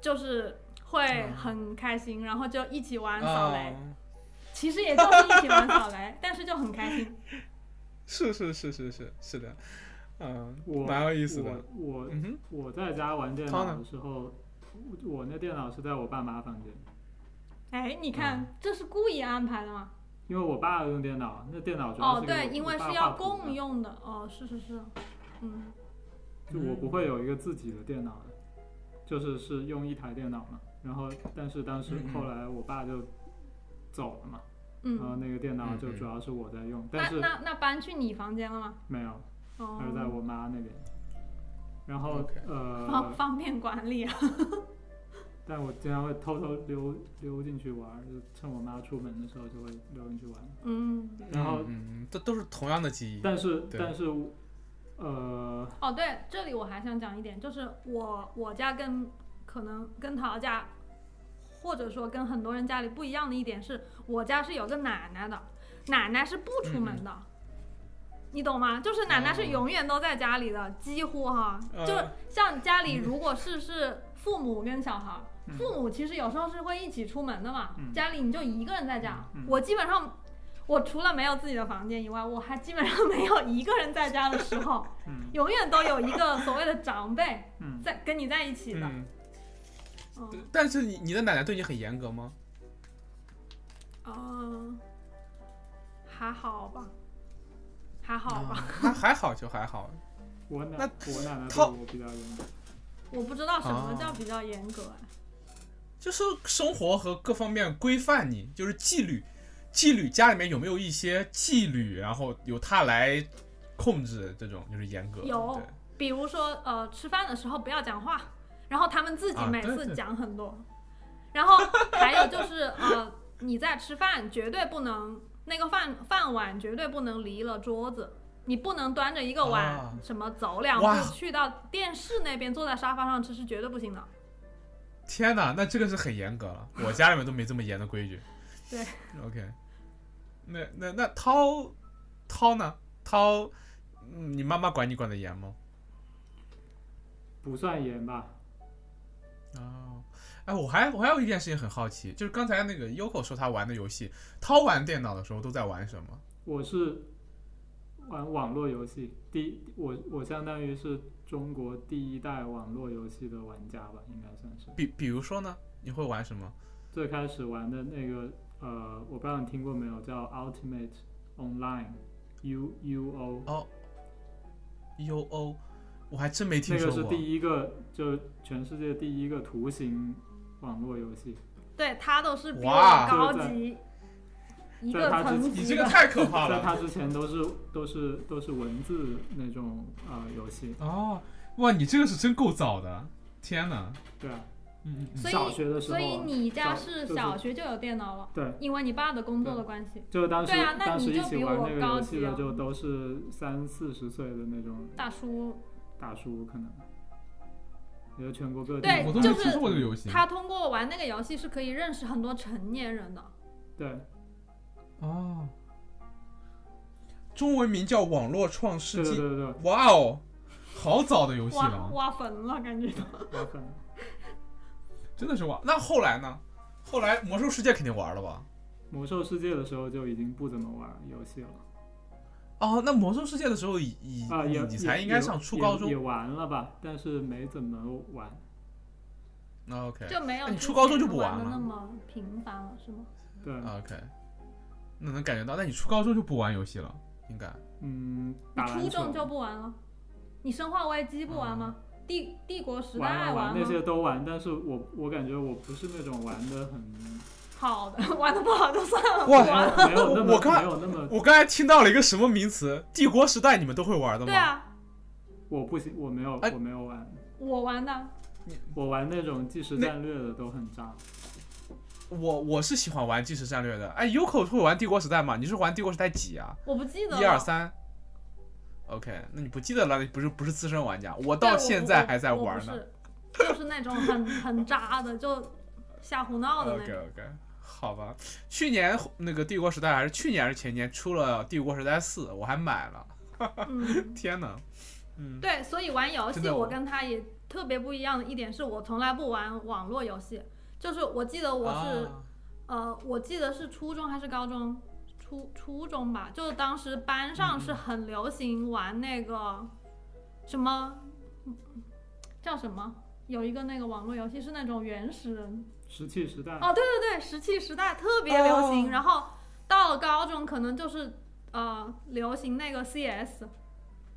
C: 就是会很开心，然后就一起玩扫雷。
B: 啊
C: 其实也就是一起玩扫雷， *laughs* 但是就很开心。
B: 是是是是是是的，嗯，
D: 我
B: 蛮有意思的。
D: 我我
B: 嗯哼，
D: 我在家玩电
B: 涛
D: 脑
B: 呢
D: 的时候，我我那电脑是在我爸妈房间，
C: 哎，你看，
D: 啊
C: 这是故意安排的吗？
D: 因为我爸用电脑，那电脑主要
C: 哦，
D: 是给我
C: 对，因为
D: 我爸
C: 是要
D: 画图的
C: 共，用的。哦，是是是，嗯，
D: 就我不
B: 嗯
D: 会有一个自己的电脑的，就是是用一台电脑嘛。然后，但是当时
B: 嗯嗯
D: 后来我爸就走了嘛，然后
C: 嗯，
D: 那个电脑就
B: 嗯嗯
D: 主要是我在用，啊但
C: 那
D: 是
C: 那那搬去你房间了吗？
D: 没有，
C: 哦，
D: 还是在我妈那边。然后
B: OK
C: 方
D: 呃，
C: 方便管理啊。
D: 但我经常会偷偷溜溜进去玩儿，就趁我妈出门的时候就会溜进去玩。
C: 嗯，
D: 然后
B: 嗯嗯，嗯这都是同样的记忆。
D: 但是
B: 对
D: 但是，呃，
C: 哦，对，这里我还想讲一点，就是我我家跟可能跟陶家，或者说跟很多人家里不一样的一点是，我家是有个奶奶的，奶奶是不出门的，
D: 嗯
C: 你懂吗？就是奶奶是
B: 哦
C: 永远都在家里的，几乎哈，
D: 哦
C: 就是
B: 呃
C: 像家里如果是是父母跟小孩儿，
D: 嗯
C: 父母其实有时候是会一起出门的嘛，
D: 嗯
C: 家里你就一个人在家。
D: 嗯嗯
C: 我基本上，我除了没有自己的房间以外，我还基本上没有一个人在家的时候，
D: 嗯
C: 永远都有一个所谓的长辈
D: 嗯，
C: 在跟你在一起的。
B: 嗯，
C: 嗯，
B: 但是你你的奶奶对你很严格吗？
C: 嗯，还好吧，还好吧，
B: 还嗯还好就还好。
D: 我奶嗯
B: 那
D: 我奶奶对
B: 套
D: 我比较严格，
C: 我不知道什么
B: 哦
C: 叫比较严格、哎
B: 就是生活和各方面规范你，就是纪律，纪律家里面有没有一些纪律，然后由他来控制这种，就是严格。
C: 有
B: 对
C: 比如说呃，吃饭的时候不要讲话，然后他们自己
B: 啊
C: 每
B: 对
C: 次
B: 对
C: 讲很多，然后还有就是呃，你在吃饭绝对不能那个饭饭碗绝对不能离了桌子。你不能端着一个碗，
B: 啊
C: 什么走两步
B: 哇
C: 去到电视那边，坐在沙发上吃是绝对不行的。
B: 天哪，那这个是很严格了，我家里面都没这么严的规矩。
C: *laughs* 对
B: ，OK，那那那涛涛呢？涛，嗯你妈妈管你管的严吗？
D: 不算严吧？
B: 哦，哎，我还我还有一件事情很好奇，就是刚才那个 Yoko 说他玩的游戏，涛玩电脑的时候都在玩什么？
D: 我是玩网络游戏，第我我相当于是中国第一代网络游戏的玩家吧，应该算是。
B: 比比如说呢，你会玩什么？
D: 最开始玩的那个呃，我不知道你听过没有，叫 Ultimate Online，U U O，
B: 哦，U，E O，我还真没听
D: 那
B: 说
D: 个
B: 过。
D: 是第一个，就全世界第一个图形网络游戏。
C: 对他都是比我
B: 哇
C: 高
D: 就在
C: 级一
D: 在
C: 个
D: 他之
C: 层
D: 前
C: 级
B: 你这
C: 的。
B: 个太
D: *laughs*
B: 可怕
D: 在
B: 了。
D: 它之前都是都是都是文字那种呃游戏，
B: 哦，哇，你这个是真够早的，天哪！
D: 对啊，
B: 嗯，
C: 所以
D: 小学的时候
C: 所以你家
D: 小
C: 是
D: 就是
C: 小学就有电脑了，
D: 对，
C: 因为你爸的工作的关系。
D: 就是当时、
C: 对啊那你
D: 当时一
C: 就比
D: 起玩
C: 我
D: 那个
C: 高
D: 游戏
C: 级
D: 的
C: 啊
D: 就都是三四十岁的那种
C: 大叔，
D: 大叔，可能，也就全国各地
C: 对
B: 我
D: 玩
B: 都
C: 就
B: 没听
C: 是
B: 说过这个游戏。
C: 他通过玩那个游戏是可以认识很多成年人的。
D: 对
B: 哦，中文名叫《网络创世
D: 对对
B: 纪》。
D: 对对，
B: 哇哦，好早的游戏
C: 挖
B: 了。
C: 挖坟了，感觉到。
D: 我可能
B: 真的是玩。那后来呢？后来魔兽世界肯定玩了吧？
D: 魔兽世界的时候就已经不怎么玩游戏了
B: 哦，那魔兽世界的时候已已、嗯
D: 啊，也
B: 你才
D: 也
B: 应该
D: 也
B: 上初
D: 也
B: 高中
D: 也。玩了吧，但是没怎么玩，
B: 那 OK
C: 就没有
B: 那哎你
C: 之
B: 初高中
C: 前
B: 就不
C: 玩
B: 玩
C: 的
B: 了
C: 那么频繁了，是吗？
D: 对，
B: OK，那能感觉到，那你初高中就不玩游戏了，应该。
D: 嗯，
C: 你
D: 打篮
C: 初
D: 球
C: 中就不玩了？你生化危机不玩吗？帝帝国时代
D: 玩啊玩
C: 玩
D: 那
C: 吗？
D: 些都玩，但是我我感觉我不是那种玩的很
C: 好的， *laughs* 玩的不好就算
B: *laughs*
C: 了，
B: 哇
C: 不玩了。
D: 没有那么
B: 我刚
D: 没有那么
B: 我刚才听到了一个什么名词？帝国时代你们都会玩的吗？
C: 对啊，
D: 我不行，我没有
B: 哎
D: 我没有玩，
C: 我玩的，
D: 我玩那种即时
B: 那
D: 战略的都很渣。
B: 我我是喜欢玩即时战略的。哎，Uko 会玩帝国时代吗？你是玩帝国时代几啊？
C: 我不记得了。
B: 一二三。OK，那你不记得了？你不是不是资深玩家，我
C: 对
B: 到
C: 我
B: 现
C: 不
B: 在
C: 我
B: 还在
C: 我不
B: 玩呢。
C: 是就是那种很很渣的，就瞎胡闹的那
B: *laughs* OK
C: 种。
B: OK，好吧。去年那个帝国时代还是去年还是前年出了帝国时代四，我还买了。
C: 嗯，
B: 天呐，嗯，
C: 对，所以玩游
B: 真
C: 戏
B: 的
C: 我
B: 我
C: 跟他也特别不一样的一点是我从来不玩网络游戏，就是我记得我是、
B: 啊
C: 呃，我记得是初中还是高中，初初中吧，就是当时班上
B: 嗯
C: 是很流行玩那个什么、叫什么，有一个那个网络游戏是那种原始人。
D: 石器时代，
C: 哦，对对对，石器时代特别流
B: 嗯
C: 行，
B: 哦
C: 然后到了高中可能就是呃流行那个 CS，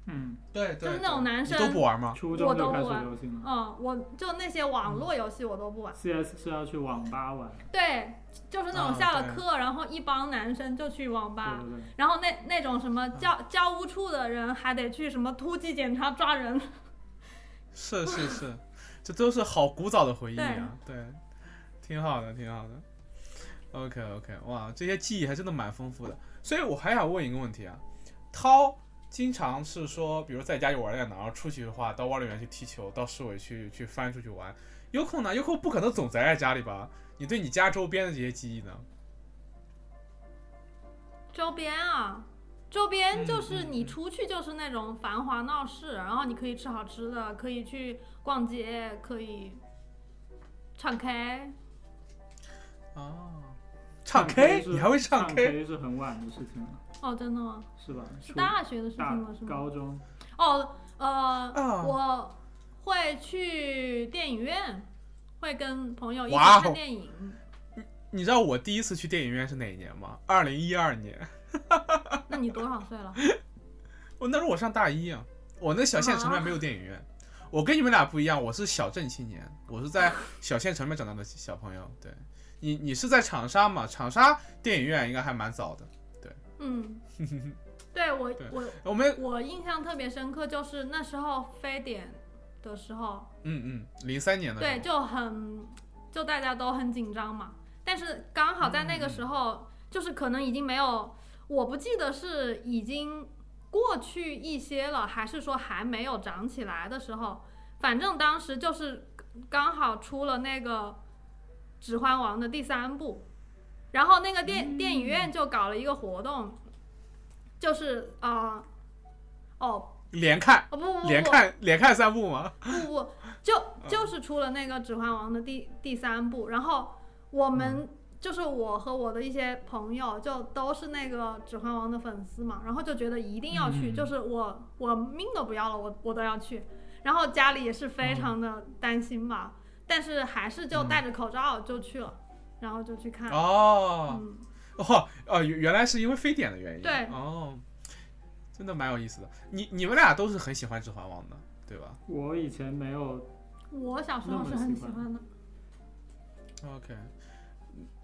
D: 嗯，
B: 对
C: 就是那种
B: 对
C: 男
B: 你
C: 生
B: 都不玩吗？
D: 初
C: 我
D: 中
C: 都
D: 就开始
C: 玩
D: 流行了。
C: 嗯，我就那些网络游戏我都不玩，
D: CS 是要去网吧玩，
C: 对，就是那种
B: 嗯啊
C: 下了
B: 对
C: 课、然后一帮男生就去网吧。
D: 对对对，
C: 然后那那种什么
B: 嗯
C: 教教务处的人还得去什么突击检查抓人，
B: 是是是，这都是好古早的回忆啊，对，挺好的，挺好的。OK OK，哇，这些记忆还真的蛮丰富的。所以我还想问一个问题啊，涛经常是说，比如在家里玩电脑，然后出去的话到外面去踢球，到市委去去翻出去玩。有空呢？有空不可能总宅在家里吧？你对你家周边的这些记忆呢？
C: 周边啊，周边
B: 嗯
C: 就是
B: 嗯
C: 你
B: 嗯
C: 出去就是那种繁华闹市，然后你可以吃好吃的，可以去逛街，可以唱 K，
B: 啊，唱
D: K
B: K，
D: 是
B: 你还会
D: 唱
B: 唱 K？
D: 是很晚的事情了，
C: 哦，真的吗？
D: 是吧？
C: 是
D: 初
C: 大学的事
D: 大
C: 情了，是吗？
D: 高中
C: 哦，呃，
B: 啊
C: 我会去电影院，会跟朋友一起
B: 哇哦
C: 看电影。
B: 你知道我第一次去电影院是哪一年吗？二零一二年。
C: 那你多少
B: *laughs*
C: 岁了？
B: 我那时候我上大一啊，我那小县城里面没有电影院。我跟你们俩不一样，我是小镇青年，我是在小县城里面长大的小朋友。对你，你是在长沙嘛？长沙电影院应该还蛮早的。
C: 嗯，对我
B: *laughs* 对
C: 我
B: 我们，
C: 我印象特别深刻，就是那时候非典的时候，
B: 嗯嗯，零三年的时候
C: 对，就很就大家都很紧张嘛。但是刚好在那个
B: 嗯
C: 时候，就是可能已经没有，我不记得是已经过去一些了，还是说还没有涨起来的时候。反正当时就是刚好出了那个《指环王》的第三部，然后那个电、
B: 嗯
C: 电影院就搞了一个活动，就是啊、呃，哦
B: 连看
C: 哦不不不
B: 连
C: 不，
B: 看连看三部吗？
C: 不不，就就是出了那个《指环王》的第第三部，然后我们、
B: 嗯
C: 就是我和我的一些朋友，就都是那个《指环王》的粉丝嘛，然后就觉得一定要去，
B: 嗯
C: 就是我我命都不要了，我我都要去。然后家里也是
B: 嗯
C: 非常的担心嘛，但是还是就戴着口罩就去了，然后就去看。
B: 哦
C: 嗯，
B: 哦哦，原原来是因为非典的原因。
C: 对
B: 哦，真的蛮有意思的。你你们俩都是很喜欢《指环王》的，对吧
D: 我以前没有
C: 我小时候
D: 那么
C: 是很
D: 喜
C: 喜
D: 欢
C: 欢的。
B: 嗯？OK，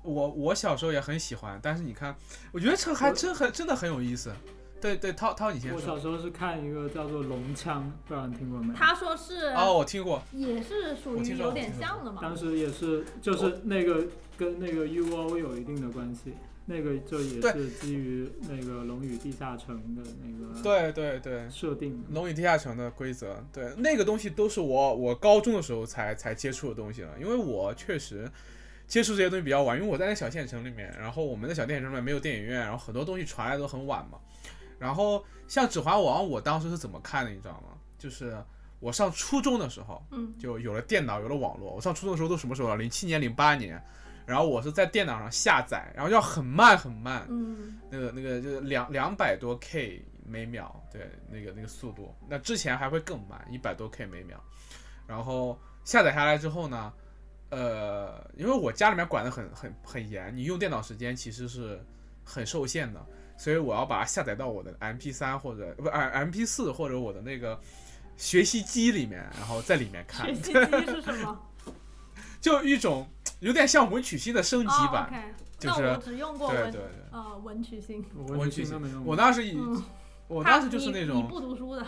B: 我我小时候也很喜欢，但是你看，我觉得这还真很真的很有意思。对对，涛涛你先
D: 我
B: 说
D: 小。时候是看一个叫做《龙枪》，不知道你听过没？
C: 他说是、
B: 哦，我听过，
C: 也是属
B: 我
C: 于
B: 听说
C: 有
B: 过
C: 点
B: 听说
C: 像的嘛
D: 当，时也是，就是那个跟那个 UO 有一定的关系，那个就也是
B: 对
D: 基于那个《龙与地下城》的那个
B: 对嗯对对，
D: 设定
B: 《
D: 的。
B: 龙与地下城》的规则，对那个东西都是我我高中的时候才才接触的东西了，因为我确实接触这些东西比较晚，因为我在那小县城里面，然后我们的小县城里面没有电影院，然后很多东西传来都很晚嘛。然后像《指环王》，我当时是怎么看的，你知道吗？就是我上初中的时候，
C: 嗯，
B: *laughs* 就有了电脑，有了网络。我上初中的时候都什么时候啊了？零七年、零八年。然后我是在电脑上下载，然后要很慢很慢，
C: 嗯，
B: 那个那个就是两两百多 K 每秒，对，那个那个速度，那之前还会更慢，一百多 K 每秒。然后下载下来之后呢，呃，因为我家里面管得很很很严，你用电脑时间其实是很受限呃的，所以我要把它下载到我的 MP 三或者不 M P 四或者我的那个学习机里面，然后在里面看
C: 学，习机是什么？
B: 就一种有点像文曲星的升级
C: 哦
B: 版，
C: ，OK，
B: 就
C: 那我
B: 是
C: 只用过
B: 对对
C: 文
B: 对。
C: 呃文曲星，
D: 我
B: 文
D: 文
B: 曲
D: 曲
B: 星
D: 星都没用过。
B: 我当时以
C: 嗯，
B: 我
C: 他
B: 当时就是
C: 你
B: 那
C: 你
B: 种，
C: 不读书的，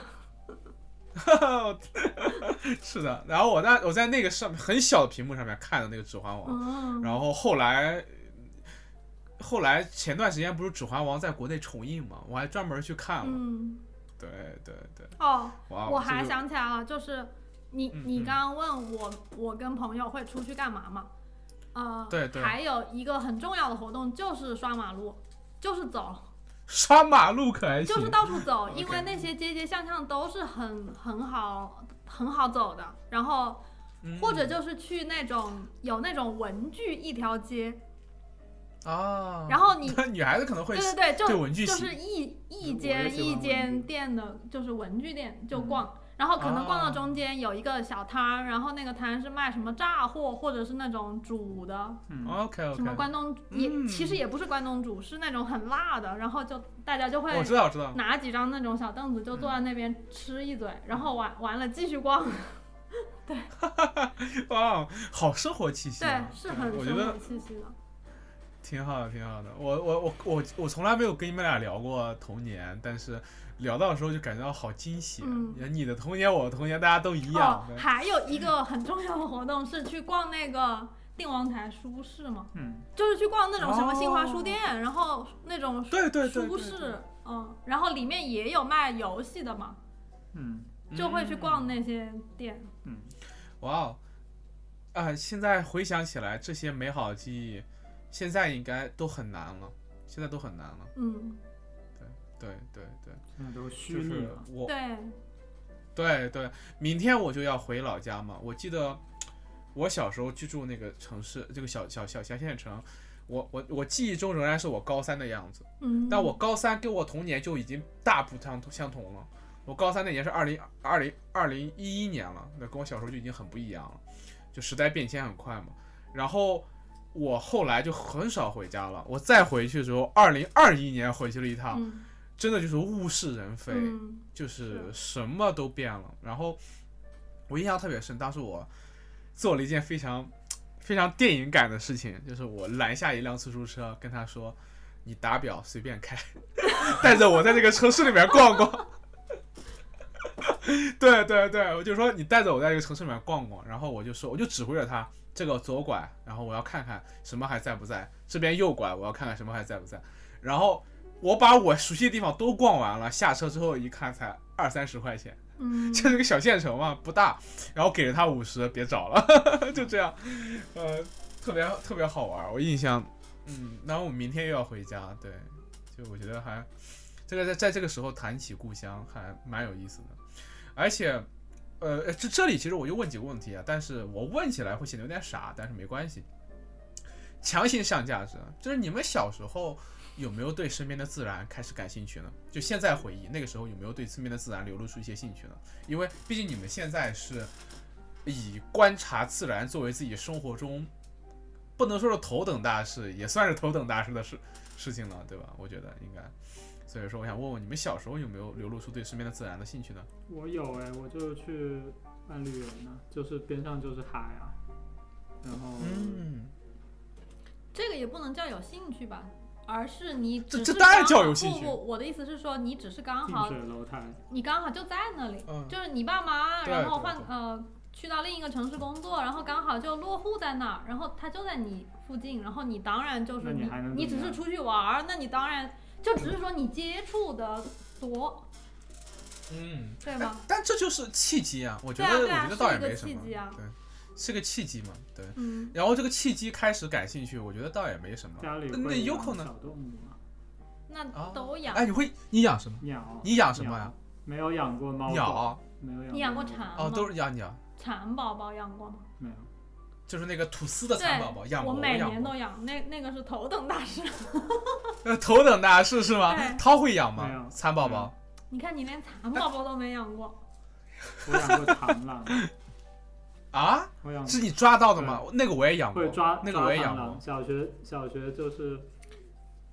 B: *laughs* 是的。然后我那我在那个上面很小的屏幕上面看的那个《指环王》，
C: 嗯，
B: 然后后来，后来前段时间不是《指环王》在国内重映嘛，我还专门去看了。
C: 嗯，
B: 对对对，
C: 哦，
B: 哇！
C: 我
B: 这
C: 还
B: 啊就
C: 想起来了，就是你
B: 嗯
C: 你
B: 嗯
C: 刚刚问我，我跟朋友会出去干嘛嘛？呃，
B: 对对
C: 还有一个很重要的活动就是刷马路，就是
B: *laughs*
C: 走，
B: 刷马路可还行，
C: 就是到处走，
B: OK
C: 因为那些街街巷巷都是很很好很好走的。然后
B: 嗯
C: 或者就是去那种有那种文具一条街，
B: 啊，
C: 然后你
B: 后 *laughs* 女孩子可能会
C: 对对对，就
B: 对文具
C: 就
B: 喜
C: 是一一
D: 我
C: 间
D: 也喜欢
C: 一
D: 文
C: 间
D: 具
C: 店的，就是文具店就
D: 嗯
C: 逛，然后可能逛
B: 啊
C: 到中间有一个小摊儿，然后那个摊是卖什么炸货或者是那种煮的，
D: 嗯，
B: OK
C: 什么
B: OK，
C: 关东也、其实
B: 嗯
C: 也不是关东煮，是那种很辣的，然后就大家就会
B: 我知道我嗯知道，
C: 拿几张那种小凳子就坐在那边吃一嘴，然后完完了继续逛，
B: *laughs* 哇，啊好生活气息
C: 对
B: 啊，，
C: 是很
B: 我觉
C: 生
B: 得
C: 活气息的。
B: 挺好的，挺好的。我我我我我从来没有跟你们俩聊过童年，但是聊到的时候就感觉到好惊喜。啊
C: 嗯
B: 你的童年，我的童年，大家都一
C: 哦
B: 样。，
C: 还有一个很重要的活动是去逛那个定王台书市嘛。
D: 嗯，
C: 就是去逛那种什么新华
B: 哦
C: 书店，然后那种书
B: 对对对对
C: 书市，嗯，然后里面也有卖游戏的嘛，
D: 嗯，
C: 就会去
B: 嗯
C: 逛那些店。
D: 嗯，
B: 哇哦，啊、现在回想起来，这些美好的记忆，现在应该都很难了，现在都很难了。
C: 嗯，
B: 对对对，
D: 现在都虚
B: 就
D: 拟
B: 是
D: 了。
B: 我，
C: 对，
B: 对对，明天我就要回老家嘛。我记得我小时候居住那个城市，这个小小小小县城，我我我记忆中仍然是我高三的样子。
C: 嗯，
B: 但我高三跟我童年就已经大不相相同了。我高三那年是二零二零二零一一年了，那跟我小时候就已经很不一样了，就时代变迁很快嘛。然后我后来就很少回家了，我再回去的时候，二零二一年回去了一趟，
C: 嗯
B: 真的就是物是人非，
C: 嗯
B: *laughs* 就是
C: 是
B: 什么都变了。然后我印象特别深，当时我做了一件非常非常电影感的事情，就是我拦下一辆出租车，跟他说：“你打表随便开， *laughs* 带着我在这个城市里面逛逛。” *laughs* 对对对，我就说你带着我在这个城市里面逛逛，然后我就说，我就指挥着他这个左拐，然后我要看看什么还在不在，这边右拐，我要看看什么还在不在，然后我把我熟悉的地方都逛完了，下车之后一看才二三十块钱，
C: 嗯，
B: 这是个小县城嘛，不大，然后给了他五十，别找了， *laughs* 就这样，呃，特别特别好玩，我印象，嗯，然后我明天又要回家，对，就我觉得还这个在在这个时候谈起故乡还蛮有意思的，而且。呃，这这里其实我就问几个问题啊，但是我问起来会显得有点傻，但是没关系。强行上价值，就是你们小时候有没有对身边的自然开始感兴趣呢？就现在回忆，那个时候有没有对身边的自然流露出一些兴趣呢？因为毕竟你们现在是以观察自然作为自己生活中，不能说是头等大事，也算是头等大事的事事情了，对吧？我觉得应该。所以说，我想问问你们小时候有没有流露出对身边的自然的兴趣呢？
D: 我有哎，我就去万绿园呢，就是边上就是海啊，然后
B: 嗯，
C: 这个也不能叫有兴趣吧，而是你
B: 这
C: 只
B: 这
C: 是
B: 当然
C: 刚
B: 叫
C: 好
B: 有兴趣
C: 不不，我的意思是说，你只是刚
D: 近
C: 好，
D: 水楼台，
C: 你刚好就在那里，
B: 嗯
C: 就是你爸妈，
B: 对
C: 然后
B: 对
C: 换
B: 对
C: 呃去到另一个城市工作，然后刚好就落户在那儿，然后他就在你附近，然后你当然就是
D: 那你
C: 你
D: 还能
C: 你
D: 怎
C: 只
D: 么
C: 是
D: 样
C: 出去玩儿，那你当然就只是说你接触的多，
B: 嗯，
C: 对
B: *laughs*
C: 吧？
B: 但这就是契机啊，我觉得，
C: 对啊对啊
B: 我觉得倒也
C: 是一个
B: 没什么，
C: 契机啊
B: 对，是个契机嘛，对。
C: 嗯，
B: 然后这个契机开始感兴趣，我觉得倒也没什
C: 啊
B: 么。
D: 家里
B: 那
D: 会
B: 有
D: 养
B: 可能
D: 小动物嘛，
C: 那
B: 啊
C: 都养。
B: 哎，你会你养什么？
D: 鸟，
B: 你养什么呀
D: 鸟？？没有养过猫，
B: 鸟，啊
D: 没有养，
C: 你养过蚕？吗？
B: 哦，都是养鸟，
C: 蚕宝宝养过吗？
D: 没有，
B: 就是那个吐司的蚕宝宝，
C: 对
B: 养
C: 我
B: 过，
C: 每
B: 养
C: 年
B: 过
C: 都。养，那那个是头等大事。 *laughs*
B: 呃， *laughs* 头等大事是吗？
C: 对
B: 涛会养
D: 没
B: 吗？
D: 有
B: 蚕宝宝？
C: 你看你连蚕宝宝都没养过，
D: 我养过螳
B: *laughs*
D: 螂，
B: 啊？
D: 我养
B: 是你抓到的吗？那个我也养过
D: 会抓，
B: 那个
D: 抓
B: 我也
D: 螳
B: 养
D: 螂
B: 过。
D: 小学小学就是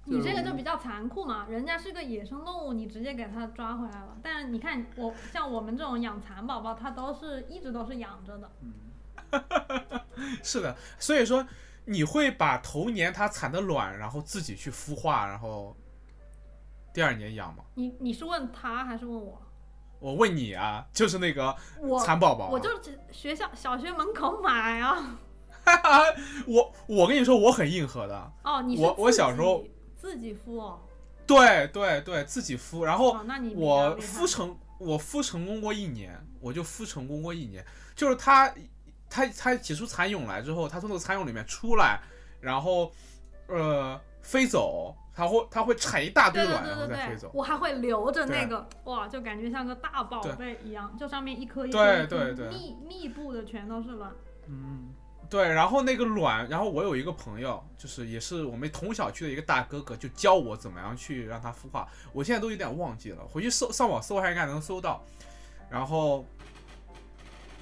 C: 你这个就比较残酷嘛，人家是个野生动物，你直接给它抓回来了。但是你看我像我们这种养蚕宝宝，它都是一直都是养着的。
D: 嗯，
B: 是的，所以说你会把头年它产的卵，然后自己去孵化，然后第二年养吗？
C: 你你是问他还是问我？
B: 我问你啊，就是那个
C: 我
B: 蚕宝宝啊，
C: 我就是学校小学门口买啊。
B: *laughs* 我我跟你说，我很硬核的，
C: 哦，你是
B: 我我
C: 自
B: 小时候
C: 己自己孵哦。
B: 对对对，自己孵，然后
C: 哦，那你比较
B: 我
C: 厉害
B: 孵成我孵成功过一年，我就孵成功过一年，就是它它它解出蚕蛹来之后，它从那个蚕蛹里面出来，然后呃飞走，它会它会产一大堆
C: 对对
B: 卵，
C: 对
B: 然后
C: 对
B: 再飞
C: 对
B: 走，。
C: 我还会留着
B: 对
C: 那个，哇，就感觉像个大宝
B: 对
C: 贝一样，就上面一颗一颗
B: 对
C: 一颗
B: 对对
C: 密密布的全都是卵。
D: 嗯，
B: 对，然后那个卵，然后我有一个朋友，就是也是我们同小区的一个大哥哥，就教我怎么样去让它孵化。我现在都有点忘记了，回去搜上网搜一下应该能搜到。然后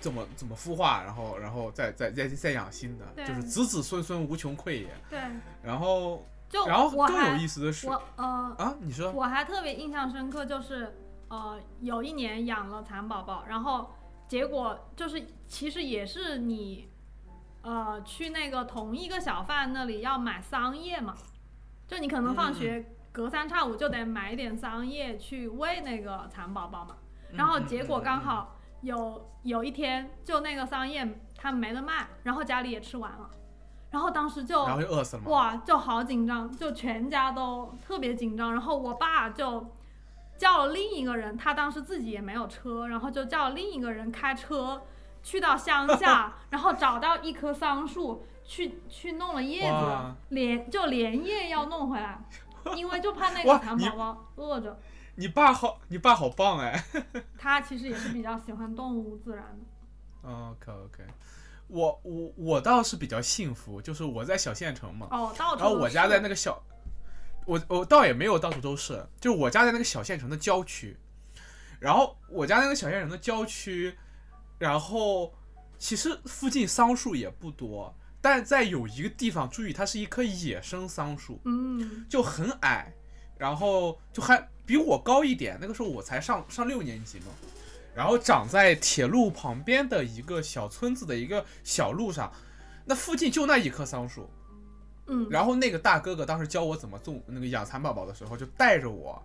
B: 怎么怎么孵化，然后然后再再再再养新的，
C: 对
B: 就是子子孙孙无穷匮也。
C: 对，
B: 然后
C: 就
B: 然后
C: 我
B: 更有
C: 还
B: 意思的是
C: 我呃
B: 啊，你说
C: 我还特别印象深刻，就是呃，有一年养了蚕宝宝，然后结果就是其实也是你呃去那个同一个小贩那里要买桑叶嘛，就你可
B: 嗯
C: 能放学隔三差五就得买一点桑叶去喂那个蚕宝宝嘛，
B: 嗯
C: 然后结果刚好有有一天就那个桑叶它没得卖，然后家里也吃完了，然后当时就
B: 然后就饿死了嘛。
C: 哇，就好紧张，就全家都特别紧张。然后我爸就叫了另一个人，他当时自己也没有车，然后就叫另一个人开车去到乡
B: *laughs*
C: 下，然后找到一棵桑树去去弄了叶
B: 哇
C: 子，连就连夜要弄回来，因为就怕那
B: 哇
C: 个蚕
B: 你
C: 宝宝饿着。
B: 你爸好，你爸好棒哎。
C: 他其实也是比较喜欢动物自然的。
B: OK OK，我我我倒是比较幸福，就是我在小县城嘛，
C: 哦，到处
B: 然后我家在那
C: 个
B: 个小，我我倒也没有到处都是，就我家在那个小县城的郊区，然后我家那个小县城的郊区，然后其实附近桑树也不多，但在有一个地方，注意它是一棵野生桑树，
C: 嗯
B: 就很矮，然后就还比我高一点。那个时候我才上上六年级嘛，然后长在铁路旁边的一个小村子的一个小路上，那附近就那一棵桑树。
C: 嗯，
B: 然后那个大哥哥当时教我怎么种那个养蚕宝宝的时候，就带着我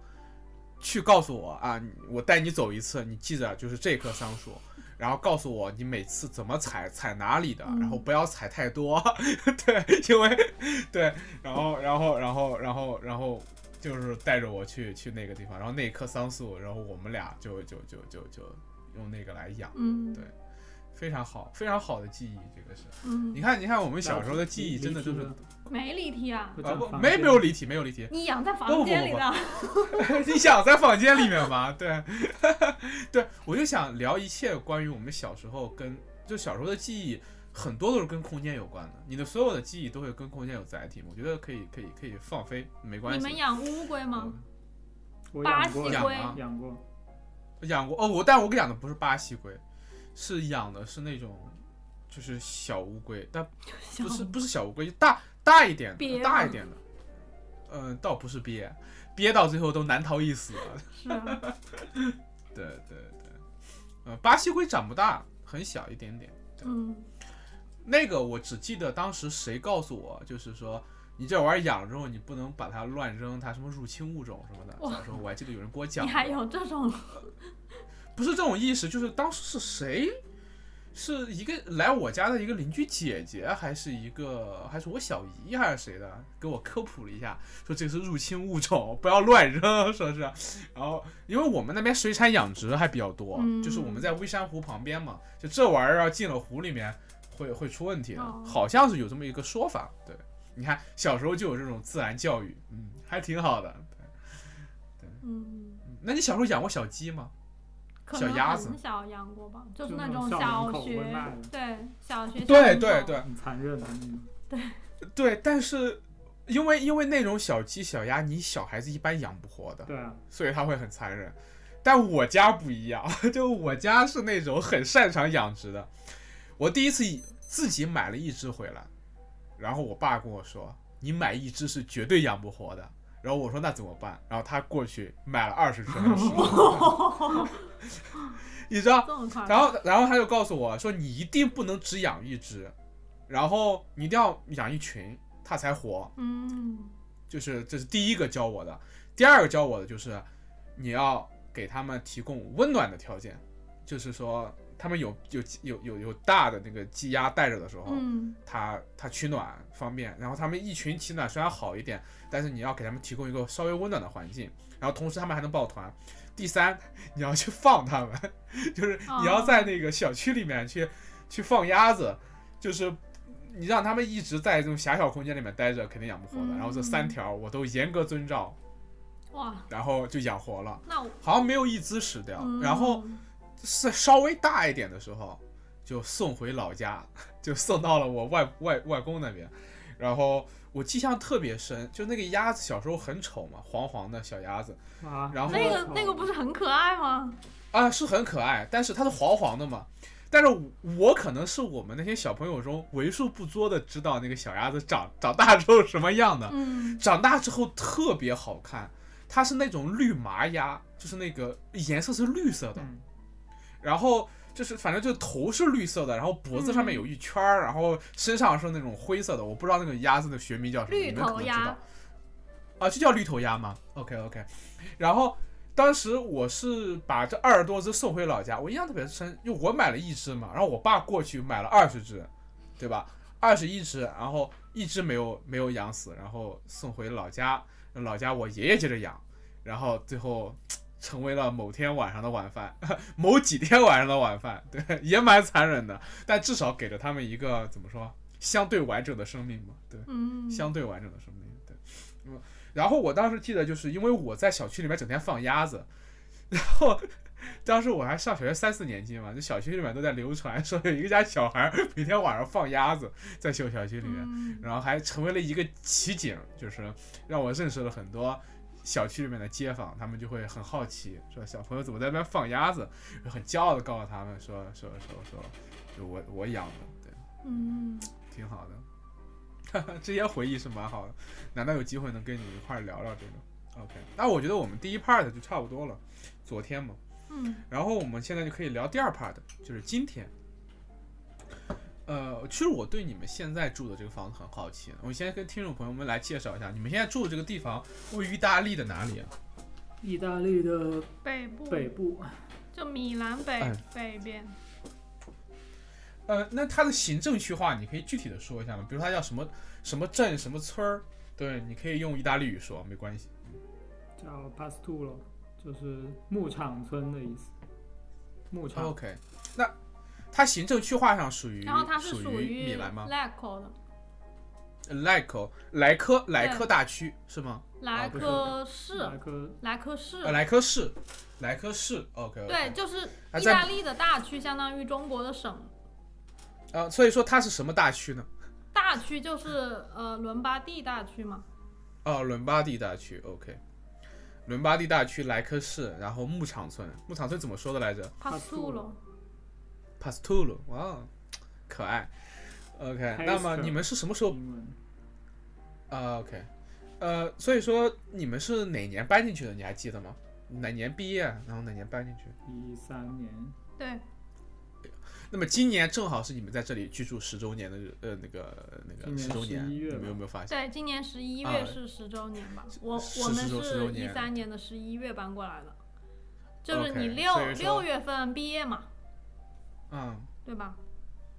B: 去告诉我啊，你我带你走一次，你记着就是这棵桑树。然后告诉我你每次怎么采，采哪里的，
C: 嗯
B: 然后不要采太多， *laughs* 对，因为对，然后然后然后然后然后就是带着我去去那个地方，然后那一棵桑树，然后我们俩就就就就就用那个来养，
C: 嗯
B: 对非常好，非常好的记忆，这个是。你
C: 嗯，
B: 看，你看我们小时候的记忆真的就是
D: 离
B: 啊
D: 题
C: 没离题啊，
D: 不讲
B: 不
D: 房
B: 没
D: 间
B: 没有离题，没有离题，
C: 你养在
B: 不
C: 房
B: 不
C: 间
B: 不
C: 里
B: 不
C: 的，
B: *laughs* 你想在房间里面吗？ *laughs* 对，对，我就想聊一切关于我们小时候跟就小时候的记忆，很多都是跟空间有关的。你的所有的记忆都会跟空间有载体，我觉得可以，可以，可以放飞，没关
C: 你
B: 系。嗯
C: 们养乌龟吗？
D: 我
C: 巴
D: 养
C: 西
D: 过
B: 养
C: 龟
B: 啊
D: 养过，
B: 养过哦，我但我养的不是巴西龟，是养的是那种就是小乌龟，但不
C: *laughs*
B: 是不是小乌龟，大大一点
C: 鳖
B: 的，大
C: 吗
B: 一点的。嗯，倒不是鳖，鳖到最后都难逃一死了。
C: 是啊，
B: 对对对，呃，巴西龟长不大，很小一点点。
C: 嗯，
B: 那个我只记得当时谁告诉我，就是说你这玩意儿养了之后，你不能把它乱扔，它什么入侵物种什么的。*laughs*
C: 哇
B: 小时候我还记得有人给我讲
C: 你
B: 过，
C: 还有这种
B: 不是这种意识，就是当时是谁，是一个来我家的一个邻居姐姐，还是一个还是我小姨还是谁的，给我科普了一下，说这个是入侵物种，不要乱扔，说是。然后因为我们那边水产养殖还比较多，
C: 嗯
B: 就是我们在微山湖旁边嘛，就这玩意儿要进了湖里面会会出问题的，
C: 哦
B: 好像是有这么一个说法。对，你看小时候就有这种自然教育，嗯，还挺好的。对
C: 嗯，
B: 嗯那你小时候养过小鸡吗？
C: 可
B: 小
C: 能
B: 鸭子
C: 很小养过吧，就是
D: 就
C: 那
D: 那
C: 种
D: 种校
C: 小
D: 门口会
C: 学
D: 卖的
C: 对小学
B: 对对对，，
D: 很残忍的那种。
B: 对，但是因为因为那种小鸡小鸭，你小孩子一般养不活的，
D: 对啊，
B: 所以它会很残忍。但我家不一样， *laughs* 就我家是那种很擅长养殖的。我第一次以自己买了一只回来，然后我爸跟我说：“你买一只是绝对养不活的。”然后我说那怎么办？然后他过去买了二十只黑狮， *laughs* 你知道？
C: 这么快？
B: 然后然后他就告诉我说，你一定不能只养一只，然后你一定要养一群，它才活。
C: 嗯，
B: 就是这是第一个教我的，第二个教我的就是你要给他们提供温暖的条件，就是说他们有有有有有大的那个鸡鸭带着的时候，
C: 嗯
B: 它它取暖方便，然后它们一群取暖虽然好一点，但是你要给它们提供一个稍微温暖的环境，然后同时它们还能抱团。第三，你要去放它们， *laughs* 就是你要在那个小区里面去、去放鸭子，就是你让它们一直在这种狭小空间里面待着，肯定养不活的。然后这三条我都严格遵照，
C: 哇，
B: 然后就养活了，
C: 那我
B: 好像没有一只死掉。
C: 嗯
B: 然后是稍微大一点的时候，就送回老家， *laughs* 就送到了我外外外公那边。然后我印象特别深，就那个鸭子小时候很丑嘛，黄黄的小鸭子
D: 哇，
B: 然后
C: 那个那个不是很可爱吗？
B: 啊，是很可爱，但是它是黄黄的嘛。但是我我可能是我们那些小朋友中为数不多的知道那个小鸭子长长大之后什么样的， *laughs*
C: 嗯，
B: 长大之后特别好看，它是那种绿麻鸭，就是那个颜色是绿色的，
D: 嗯
B: 然后就是反正就头是绿色的，然后脖子上
C: 嗯
B: 面有一圈儿，然后身上是那种灰色的，我不知道那个鸭子的学名叫什么，
C: 绿
B: 你们可
C: 头
B: 能知
C: 鸭
B: 道。啊，就叫绿头鸭吗？OK OK，然后当时我是把这二十多只送回老家，我印象特别深，因为我买了一只嘛，然后我爸过去买了二十只，对吧？二十一只，然后一只没有没有养死，然后送回老家，老家我爷爷接着养，然后最后成为了某天晚上的晚饭， *laughs* 某几天晚上的晚饭，对，也蛮残忍的，但至少给了他们一个怎么说相对完整的生命嘛，对。
C: 嗯，
B: 相对完整的生命。对，嗯，然后我当时记得，就是因为我在小区里面整天放鸭子，然后当时我还上小学三四年级嘛，就小区里面都在流传说有一个家小孩儿每天晚上放鸭子在小小区里面，
C: 嗯
B: 然后还成为了一个奇景，就是让我认识了很多。小区里面的街坊，他们就会很好奇，说小朋友怎么在那边放鸭子，很骄傲的告诉他们说说说说，就我我养的，对。
C: 嗯，
B: 挺好的， *laughs* 这些回忆是蛮好的。难道有机会能跟你一块儿聊聊这个？OK，那我觉得我们第一 part 就差不多了，昨天嘛，
C: 嗯
B: 然后我们现在就可以聊第二 part，就是今天。呃，其实我对你们现在住的这个房子很好奇。我先跟听众朋友们来介绍一下，你们现在住的这个地方位于意大利的哪里啊？
D: 意大利的
C: 北部
D: 北部，
C: 就米兰北、
B: 哎
C: 北边，
B: 呃，那它的行政区划你可以具体的说一下吗？比如它叫什么什么镇、什么村儿？对，你可以用意大利语说，没关系。
D: 叫 Pastulo，就是牧场村的意思。牧场
B: 啊 OK，那它行政区划上属于
C: 然后它是
B: 属
C: 于呃
B: 米兰吗
C: l a c o 的，
B: 莱科莱科莱科大区是吗？
C: 莱
D: 啊不是
C: 科市，
D: 莱科
C: 莱科市
B: 呃，，莱科市，莱科市。OK，,
C: 对，。就是
B: 还
C: 意
B: 在
C: 大利的大区，相当于中国的省。
B: 呃，所以说它是什么大区呢？
C: 大区就是呃伦巴第大区嘛，
B: 哦，伦巴第大区。OK，伦巴第大区莱科市，然后牧场村，牧场村怎么说的来着？
C: 帕苏
D: Pastulo
C: 罗，
B: Pastulo，哇，哦可爱。OK，
D: Pastulo
B: 那么你们是什么时候？
D: 英文。
B: 啊、o k 呃，所以说你们是哪年搬进去的？你还记得吗？哪年毕业，啊然后哪年搬进去？
D: 一三年，
C: 对，
B: 那么今年正好是你们在这里居住十周年的日呃那个那
D: 今
B: 个
D: 年
B: 十周年，
D: 11
B: 你
D: 月
B: 们
D: 吧
B: 有没有发现？
C: 对，今年十一
B: 啊
C: 月是十周年吧？我
B: 是
C: 我们
B: 10周
C: 是一
B: 年
C: 三年的十一月搬过来的， *laughs* 就是你
B: OK，
C: 六
B: 所以说
C: 六月份毕业嘛，
B: 嗯，
C: 对吧？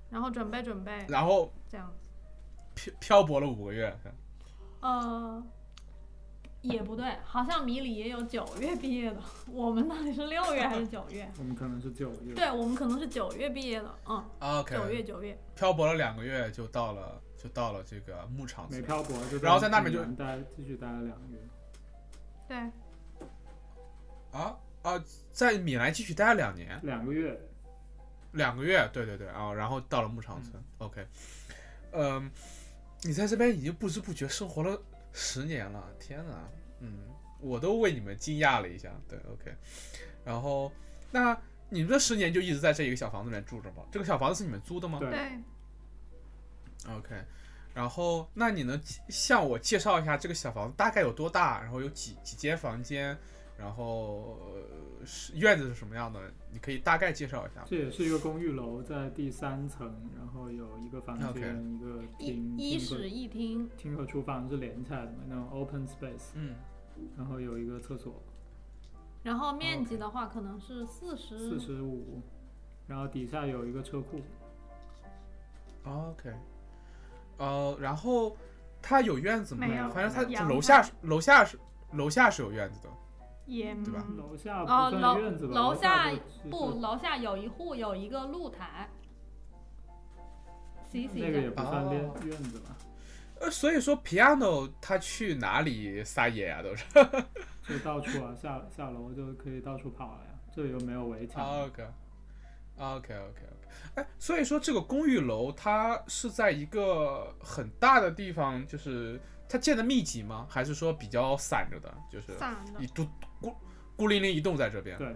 C: 然后准备准备
B: 然后
C: 这样子，
B: 漂漂泊了五个月，
C: 呃，也不对，好像米里也有九月毕业的，我们那里是六月还是九月？ *laughs*
D: 我们可能是九月。
C: 对我们可能是九月毕业的，嗯，
B: ，OK，
C: 九月九月，
B: 漂泊了两个月就到了就到了这个牧场
D: 没
B: 村。
D: 漂泊，就
B: 然后在那边就
D: 米兰待继续待了两个月，
C: 对，
B: 啊啊，在米兰继续待了两年，
D: 两个月
B: 两个月，对对对啊，然后到了牧场村、o k 嗯，你在这边已经不知不觉生活了十年了，天哪，嗯，我都为你们惊讶了一下，对，OK，然后那你们这十年就哎一直在这一个小房子里面住着吗？这个小房子是你们租的吗
D: 对
C: 对，
B: ？OK，然后，那你能介向我介绍一下这个小房子大概有多大？然后有几几间房间？然后呃是院子是什么样的？你可以大概介绍一下吗。
D: 这也是一个公寓楼，在第三层，然后有一个房间
B: OK
D: 一个厅，
C: 一一
D: 厅和
C: 室一厅，
D: 厅和厨房是连起来的嘛，那种 open space，
B: 嗯，
D: 然后有一个厕所，
C: 然后面积
B: OK
C: 的话可能是四十
D: 哦四十五，然后底下有一个车库，
B: OK，呃，然后它有院子吗？
C: 没
D: 有
B: 反正它
C: 阳
B: 楼
C: 台
B: 下是楼下是楼下是有院子的。
C: 也
B: 对吧
D: 楼下不
C: 哦
D: 算
C: 楼
D: 院子吧？
C: 楼
D: 楼下
C: 下
D: 就
C: 不，楼下有一户有一个露台。洗
D: 只是
C: 洗
D: 那个也
C: 的，
D: 不算院
B: 哦
D: 院子吧？
B: 呃，所以说 piano 他去哪里撒野啊？都是。
D: 就到处啊，下下楼就可以到处跑了呀。这里又没有围
C: 啊
D: 墙，
B: 啊 OK。OK OK OK，哎，所以说这个公寓楼它是在一个很大的地方，就是它建的密集吗？还是说比较散着的？就是
D: 啊
C: 散的
B: 一都孤孤零零一栋在这边。
D: 对，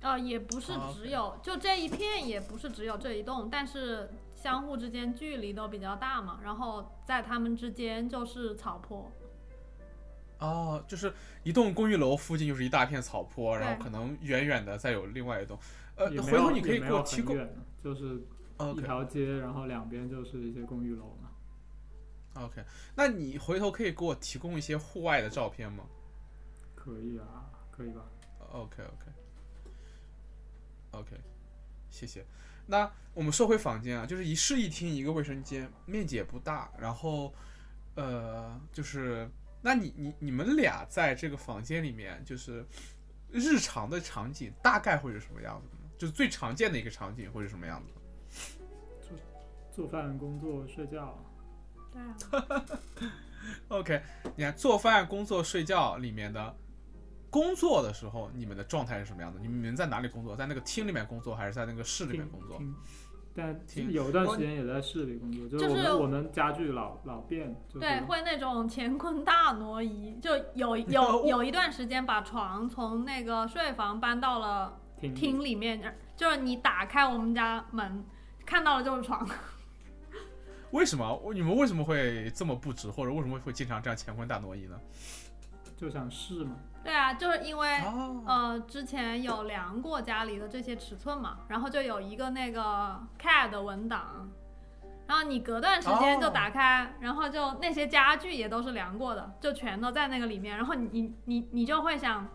C: 呃，也不是
B: 哦
C: 只有，就这一片也不是只有这一栋，但是相互之间距离都比较大嘛，然后在他们之间就是草坡，
B: 哦，就是一栋公寓楼附近就是一大片草坡，然后
C: 对
B: 可能远远的再有另外一栋。呃，
D: 也
B: 回
D: 没有
B: 头你可以
D: 也没
B: 给
D: 有
B: 我
D: 很
B: 提供。
D: 远的就是一
B: OK
D: 条街，然后两边就是一些公寓楼嘛。
B: OK，那你回头可以给我提供一些户外的照片吗
D: 可以啊，可以吧？
B: ？OK OK OK，谢谢。那我们说回房间啊，就是一室一厅一个卫生间，面积也不大，然后呃，就是那你你你们俩在这个房间里面，就是日常的场景大概会是什么样子的呢？就是最常见的一个场景会是什么样子？
D: 做饭、工作、睡觉，
C: 对啊，
B: OK，你看做饭、工作、睡觉里面的工作的时候，你们的状态是什么样的？你们在哪里工作？在那个厅里面工作，还是在那个室里面
D: 听
B: 工作？
D: 听。但
B: 听
D: 有段时间也在市里工作，就是
C: 就
D: 我
C: 是
D: 们、我们家具老老变，就是
C: 对，会那种乾坤大挪移，就
D: *laughs*
C: 有有有一段时间把床从那个睡房搬到了
D: 挺
C: 厅里面，就是你打开我们家门看到的就是床， *laughs*
B: 为什么？我你们为什么会这么不值，或者为什么会经常这样乾坤大挪移呢？
D: 就想试嘛。
C: 对啊，就是因为
B: 哦，
C: 呃，之前有量过家里的这些尺寸嘛，然后就有一个那个 CAD 文档，然后你隔段时间就打开，然后就那些家具也都是量过的，就全都在那个里面，然后你你你你就会想。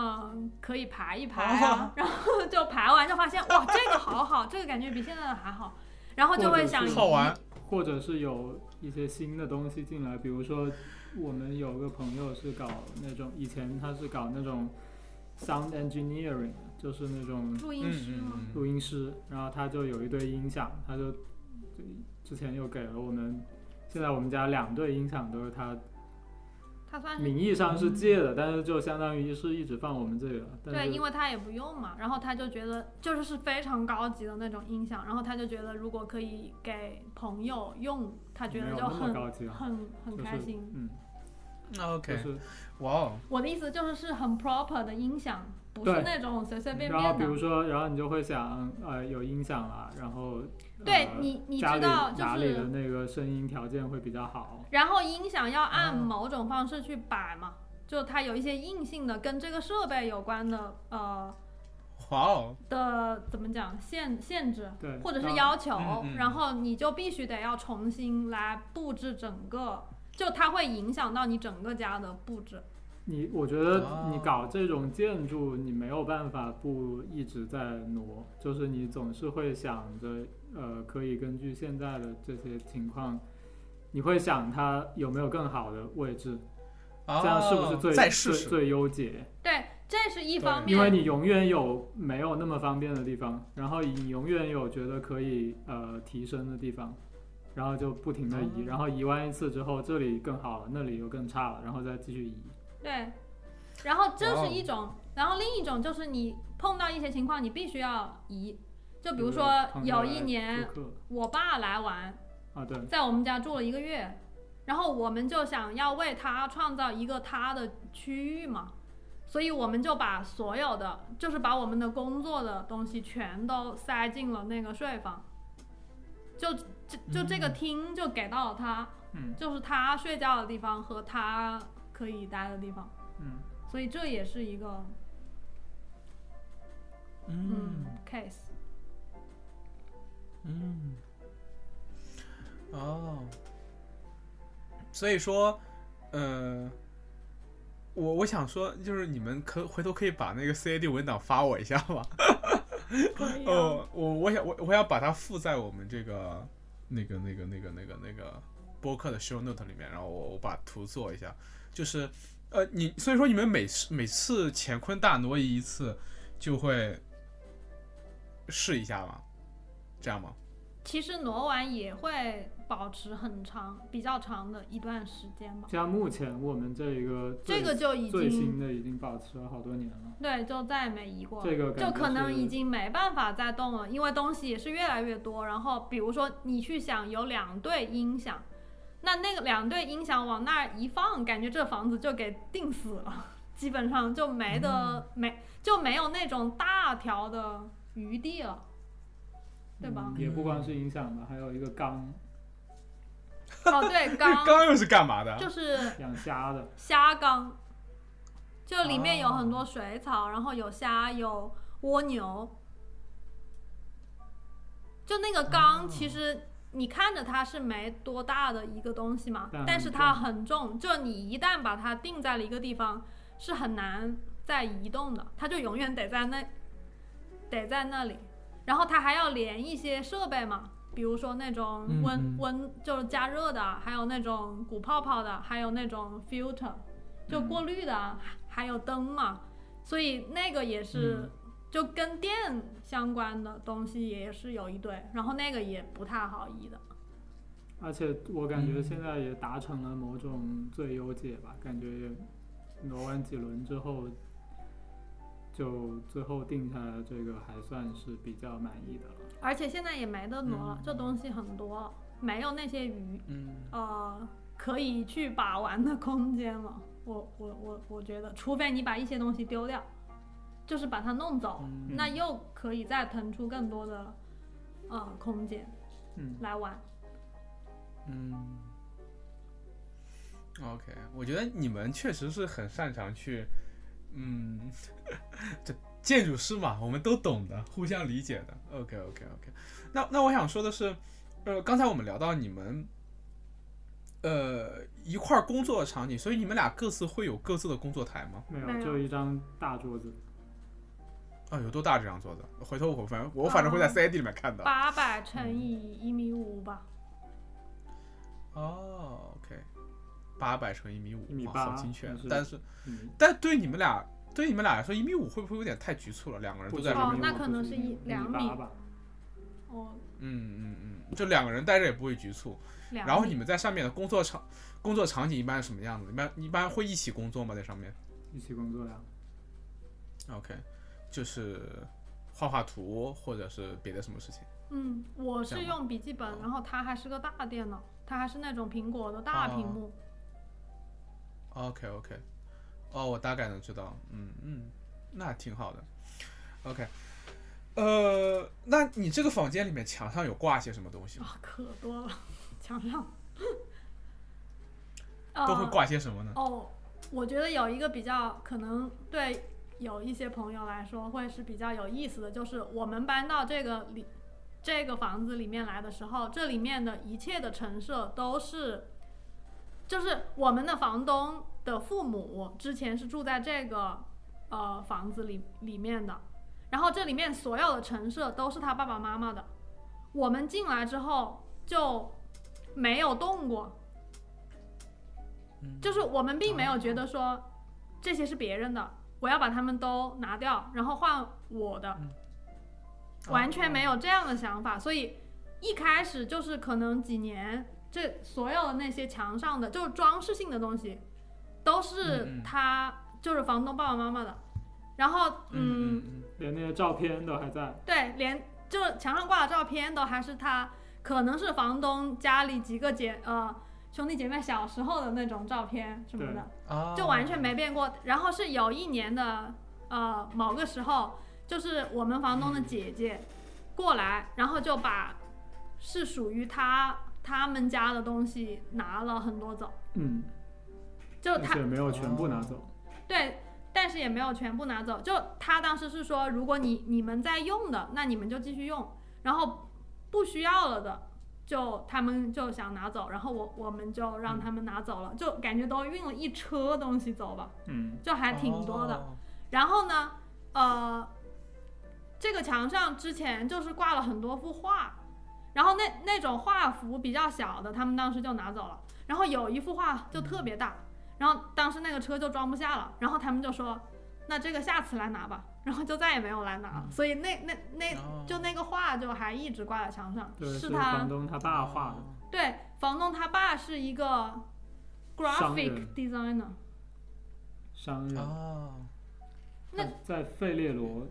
C: 嗯，可以排一
B: *laughs*
C: 排啊，然后就排完就发现哇，这个好好，这个感觉比现在的还好，然后就会想
D: 或者是
B: 好玩。
D: 或者是有一些新的东西进来，比如说我们有个朋友是搞那种，以前他是搞那种 sound engineering，的就是那种
C: 录
B: 嗯
C: 音师
B: 嗯
C: 吗？
B: 嗯嗯，
D: 录音师，然后他就有一堆音响，他就就之前又给了我们，现在我们家两对音响都是他
C: 他算是
D: 名义上是借的，但是就相当于是一直放我们这里了，但
C: 对，
D: 是
C: 因为他也不用嘛，然后他就觉得就是是非常高级的那种音响，然后他就觉得如果可以给朋友用，他觉
D: 没
C: 得
D: 有
C: 就
D: 那么
C: 很
D: 高级了，
C: 很很
D: 就是
C: 开心。
D: 嗯，
B: 那
D: 就
B: OK，
D: 是
B: 哇哦，
C: 我的意思就是是很 proper 的音响，不
D: 对
C: 是那种随随便
D: 然后
C: 便
D: 比如
C: 的。
D: 说，然后你就会想，呃，有音响啦，然后
C: 对
D: 呃
C: 你你
D: 家
C: 知
D: 里
C: 道就
D: 哪里的
C: 是
D: 那个声音条件会比较好，
C: 然后音响要
D: 嗯
C: 按
B: 哦
C: 某种方式去摆嘛，就它有一些硬性的跟这个设备有关的呃
B: 哇哦，
C: 的怎么讲限限制，
D: 对，
C: 或者
D: 然
C: 是
D: 后
C: 要求，
B: 嗯嗯
C: 然后你就必须得要重新来布置整个，就它会影响到你整个家的布置。
D: 你，我觉得
B: 哦
D: 你搞这种建筑，你没有办法不一直在挪，就是你总是会想着，呃，可以根据现在的这些情况，你会想它有没有更好的位置，
B: 哦
D: 这样是不是最
B: 再试试
D: 最？最优解？
C: 对，这是一方
B: 对
C: 面。
D: 因为你永远有没有那么方便的地方，然后你永远有觉得可以呃提升的地方，然后就不停的
B: 哦
D: 移，然后移完一次之后，这里更好了，那里又更差了，然后再继续移。
C: 对，然后这
B: 哇哦
C: 是一种，然后另一种就是你碰到一些情况，你必须要移。就比如说
D: 朋友
C: 有
D: 来
C: 一年
D: 做客
C: 我爸来玩，
D: 啊，对，
C: 在我们家住了一个月，然后我们就想要为他创造一个他的区域嘛，所以我们就把所有的，就是把我们的工作的东西全都塞进了那个睡房，就就就这个厅就给到了他，
D: 嗯
C: 就是他睡觉的地方和他可以待的地方，
D: 嗯
C: 所以这也是一个嗯
B: 嗯
C: case。
B: 嗯，哦，所以说，呃，我我想说，就是你们可回头可以把那个 CAD 文档发我一下吗？
C: 可以啊
B: 哦，我我想我我要把它附在我们这个那个那个那个那个那个播客的 show note 里面，然后我我把图做一下，就是呃你所以说你们每次每次乾坤大挪移一次就会试一下嘛，这样吗？
C: 其实挪完也会保持很长、比较长的一段时间吧。
D: 像目前我们这一个最
C: 这个就已
D: 最新
C: 经
D: 的已经保持了好多年了，
C: 对，就再也没移过了。
D: 这个
C: 就
D: 感觉
C: 可能
D: 是
C: 已经没办法再动了，因为东西也是越来越多。然后比如说你去想有两对音响，那那个两对音响往那儿一放，感觉这房子就给定死了，基本上就没得、
D: 嗯
C: 没就没有那种大条的余地了，对吧
D: 嗯？也不光是音响吧，还有一个缸
C: 哦，
D: *laughs*
B: 那 *laughs*
C: 对，缸
B: 缸又是干嘛的？
C: 就是
D: 养虾的，
C: 虾缸，就里面有很多水草，然后有虾，有蜗牛。就那个
B: 哦
C: 缸，其实你看着它是没多大的一个东西嘛，
D: 但
C: 但
D: 很
C: 是它很重，就你一旦把它定在了一个地方，是很难再移动的，它就永远得在那，得在那里。然后它还要连一些设备嘛，比如说那种
B: 嗯
C: 温、
B: 嗯
C: 温就是加热的，还有那种鼓泡泡的，还有那种 filter 就
B: 嗯
C: 过滤的啊，还有灯嘛，所以那个也
B: 嗯
C: 是就跟电相关的东西也是有一堆，然后那个也不太好移的。
D: 而且我感觉
B: 嗯
D: 现在也达成了某种最优解吧，感觉也挪完几轮之后，就最后定下来这个还算是比较满意的了。
C: 而且现在也没得挪了，这东西很多了，没有那些鱼
B: 嗯，
C: 呃可以去把玩的空间了。我我我我觉得，除非你把一些东西丢掉，就是把它弄走，
B: 嗯
C: 那又可以再腾出更多的呃空间
D: 嗯，
C: 来玩。
B: 嗯，OK，我觉得你们确实是很擅长去，嗯， *laughs* 这建筑师嘛，我们都懂的，互相理解的。OK OK OK，那那我想说的是，呃，刚才我们聊到你们，呃，一块儿工作的场景，所以你们俩各自会有各自的工作台吗？
D: 没有，
C: 没有
D: 就一张大桌子，
B: 啊，有多大这张桌子？回头我反正我反正会
D: 哦
B: 在
C: 嗯
B: CID 里面看到。
C: 八百乘以一米五吧，
B: 哦，OK，八百乘一米五，
D: 一米
B: 哇
D: 八
B: 好精确啊
D: 就是。
B: 但是
D: 嗯，
B: 但对你们俩，对你们俩来说，一米五会不会有点太局促了？两个人都
D: 不
B: 在
D: 止
B: 这
C: 哦
B: 边，
D: 一米
C: 那
D: 五
C: 可
D: 不
C: 能
D: 止
C: 是
D: 一
C: 一两
D: 八
C: 米
D: 吧，
C: 哦，
B: 嗯嗯嗯，就两个人待着也不会局促。
C: 两
B: 然后
C: 米
B: 你们在上面的工作场，工作场景一般是什么样子？一般一般会一起工作吗？在上面
D: 一起工作呀。
B: ？OK，就是画画图或者是别的什么事情。
C: 嗯，我
B: 这
C: 是
B: 样吗
C: 用笔记
B: 哦
C: 本，然后它还是个大电脑，它还是那种苹果的
B: 啊
C: 大屏幕。
B: OK OK，哦，我大概能知道，嗯嗯，那挺好的。OK，呃，那你这个房间里面墙上有挂些什么东西
C: 哇、
B: 吗？
C: 啊可多了， *laughs* 墙上
B: 都会
C: 呃
B: 挂些什么呢？
C: 哦，我觉得有一个比较可能对有一些朋友来说会是比较有意思的，就是我们搬到这个里这个房子里面来的时候，这里面的一切的陈设都是，就是我们的房东的父母之前是住在这个呃房子里里面的，然后这里面所有的陈设都是他爸爸妈妈的，我们进来之后就没有动过。就是我们并没有觉得说这些是别人的，我要把他们都拿掉，然后换我的，完全没有这样的想法。所以一开始就是可能几年，这所有的那些墙上的就是装饰性的东西，都
B: 嗯
C: 是
B: 嗯
C: 他就是房东爸爸妈妈的，然后嗯
B: 嗯嗯
D: 连那些照片都还在，
C: 对，连就是墙上挂的照片都还是他，可能是房东家里几个姐呃兄弟姐妹小时候的那种照片什么的，
B: 嗯啊，
C: 就完全没变过。然后是有一年的呃某个时候，就是我们房东的姐姐过来，然后就把是属于他他们家的东西拿了很多走，
D: 嗯，
C: 就
D: 但
C: 他
D: 是也没有全部拿走。
B: 哦
C: 对，但是也没有全部拿走。就他当时是说，如果你你们在用的，那你们就继续用，然后不需要了的，就他们就想拿走，然后我我们就让他们拿走了，就感觉都运了一车东西走吧，
D: 嗯
C: 就还挺多
B: 哦
C: 的。然后呢，呃，这个墙上之前就是挂了很多幅画，然后那那种画幅比较小的，他们当时就拿走了。然后有一幅画就特别大，然后当时那个车就装不下了，然后他们就说，那这个下次来拿吧， *laughs* 然后就再也没有来拿
D: 嗯
C: 了。所以那那那
B: 哦
C: 就那个画就还一直挂在墙上，
D: 对，是
C: 他
D: 房东他爸画
B: 哦
D: 的。
C: 对房东他爸是一个
D: 商
C: graphic
D: 人
C: designer，
D: 商人，
B: 哦，
C: 那
D: 他在费列罗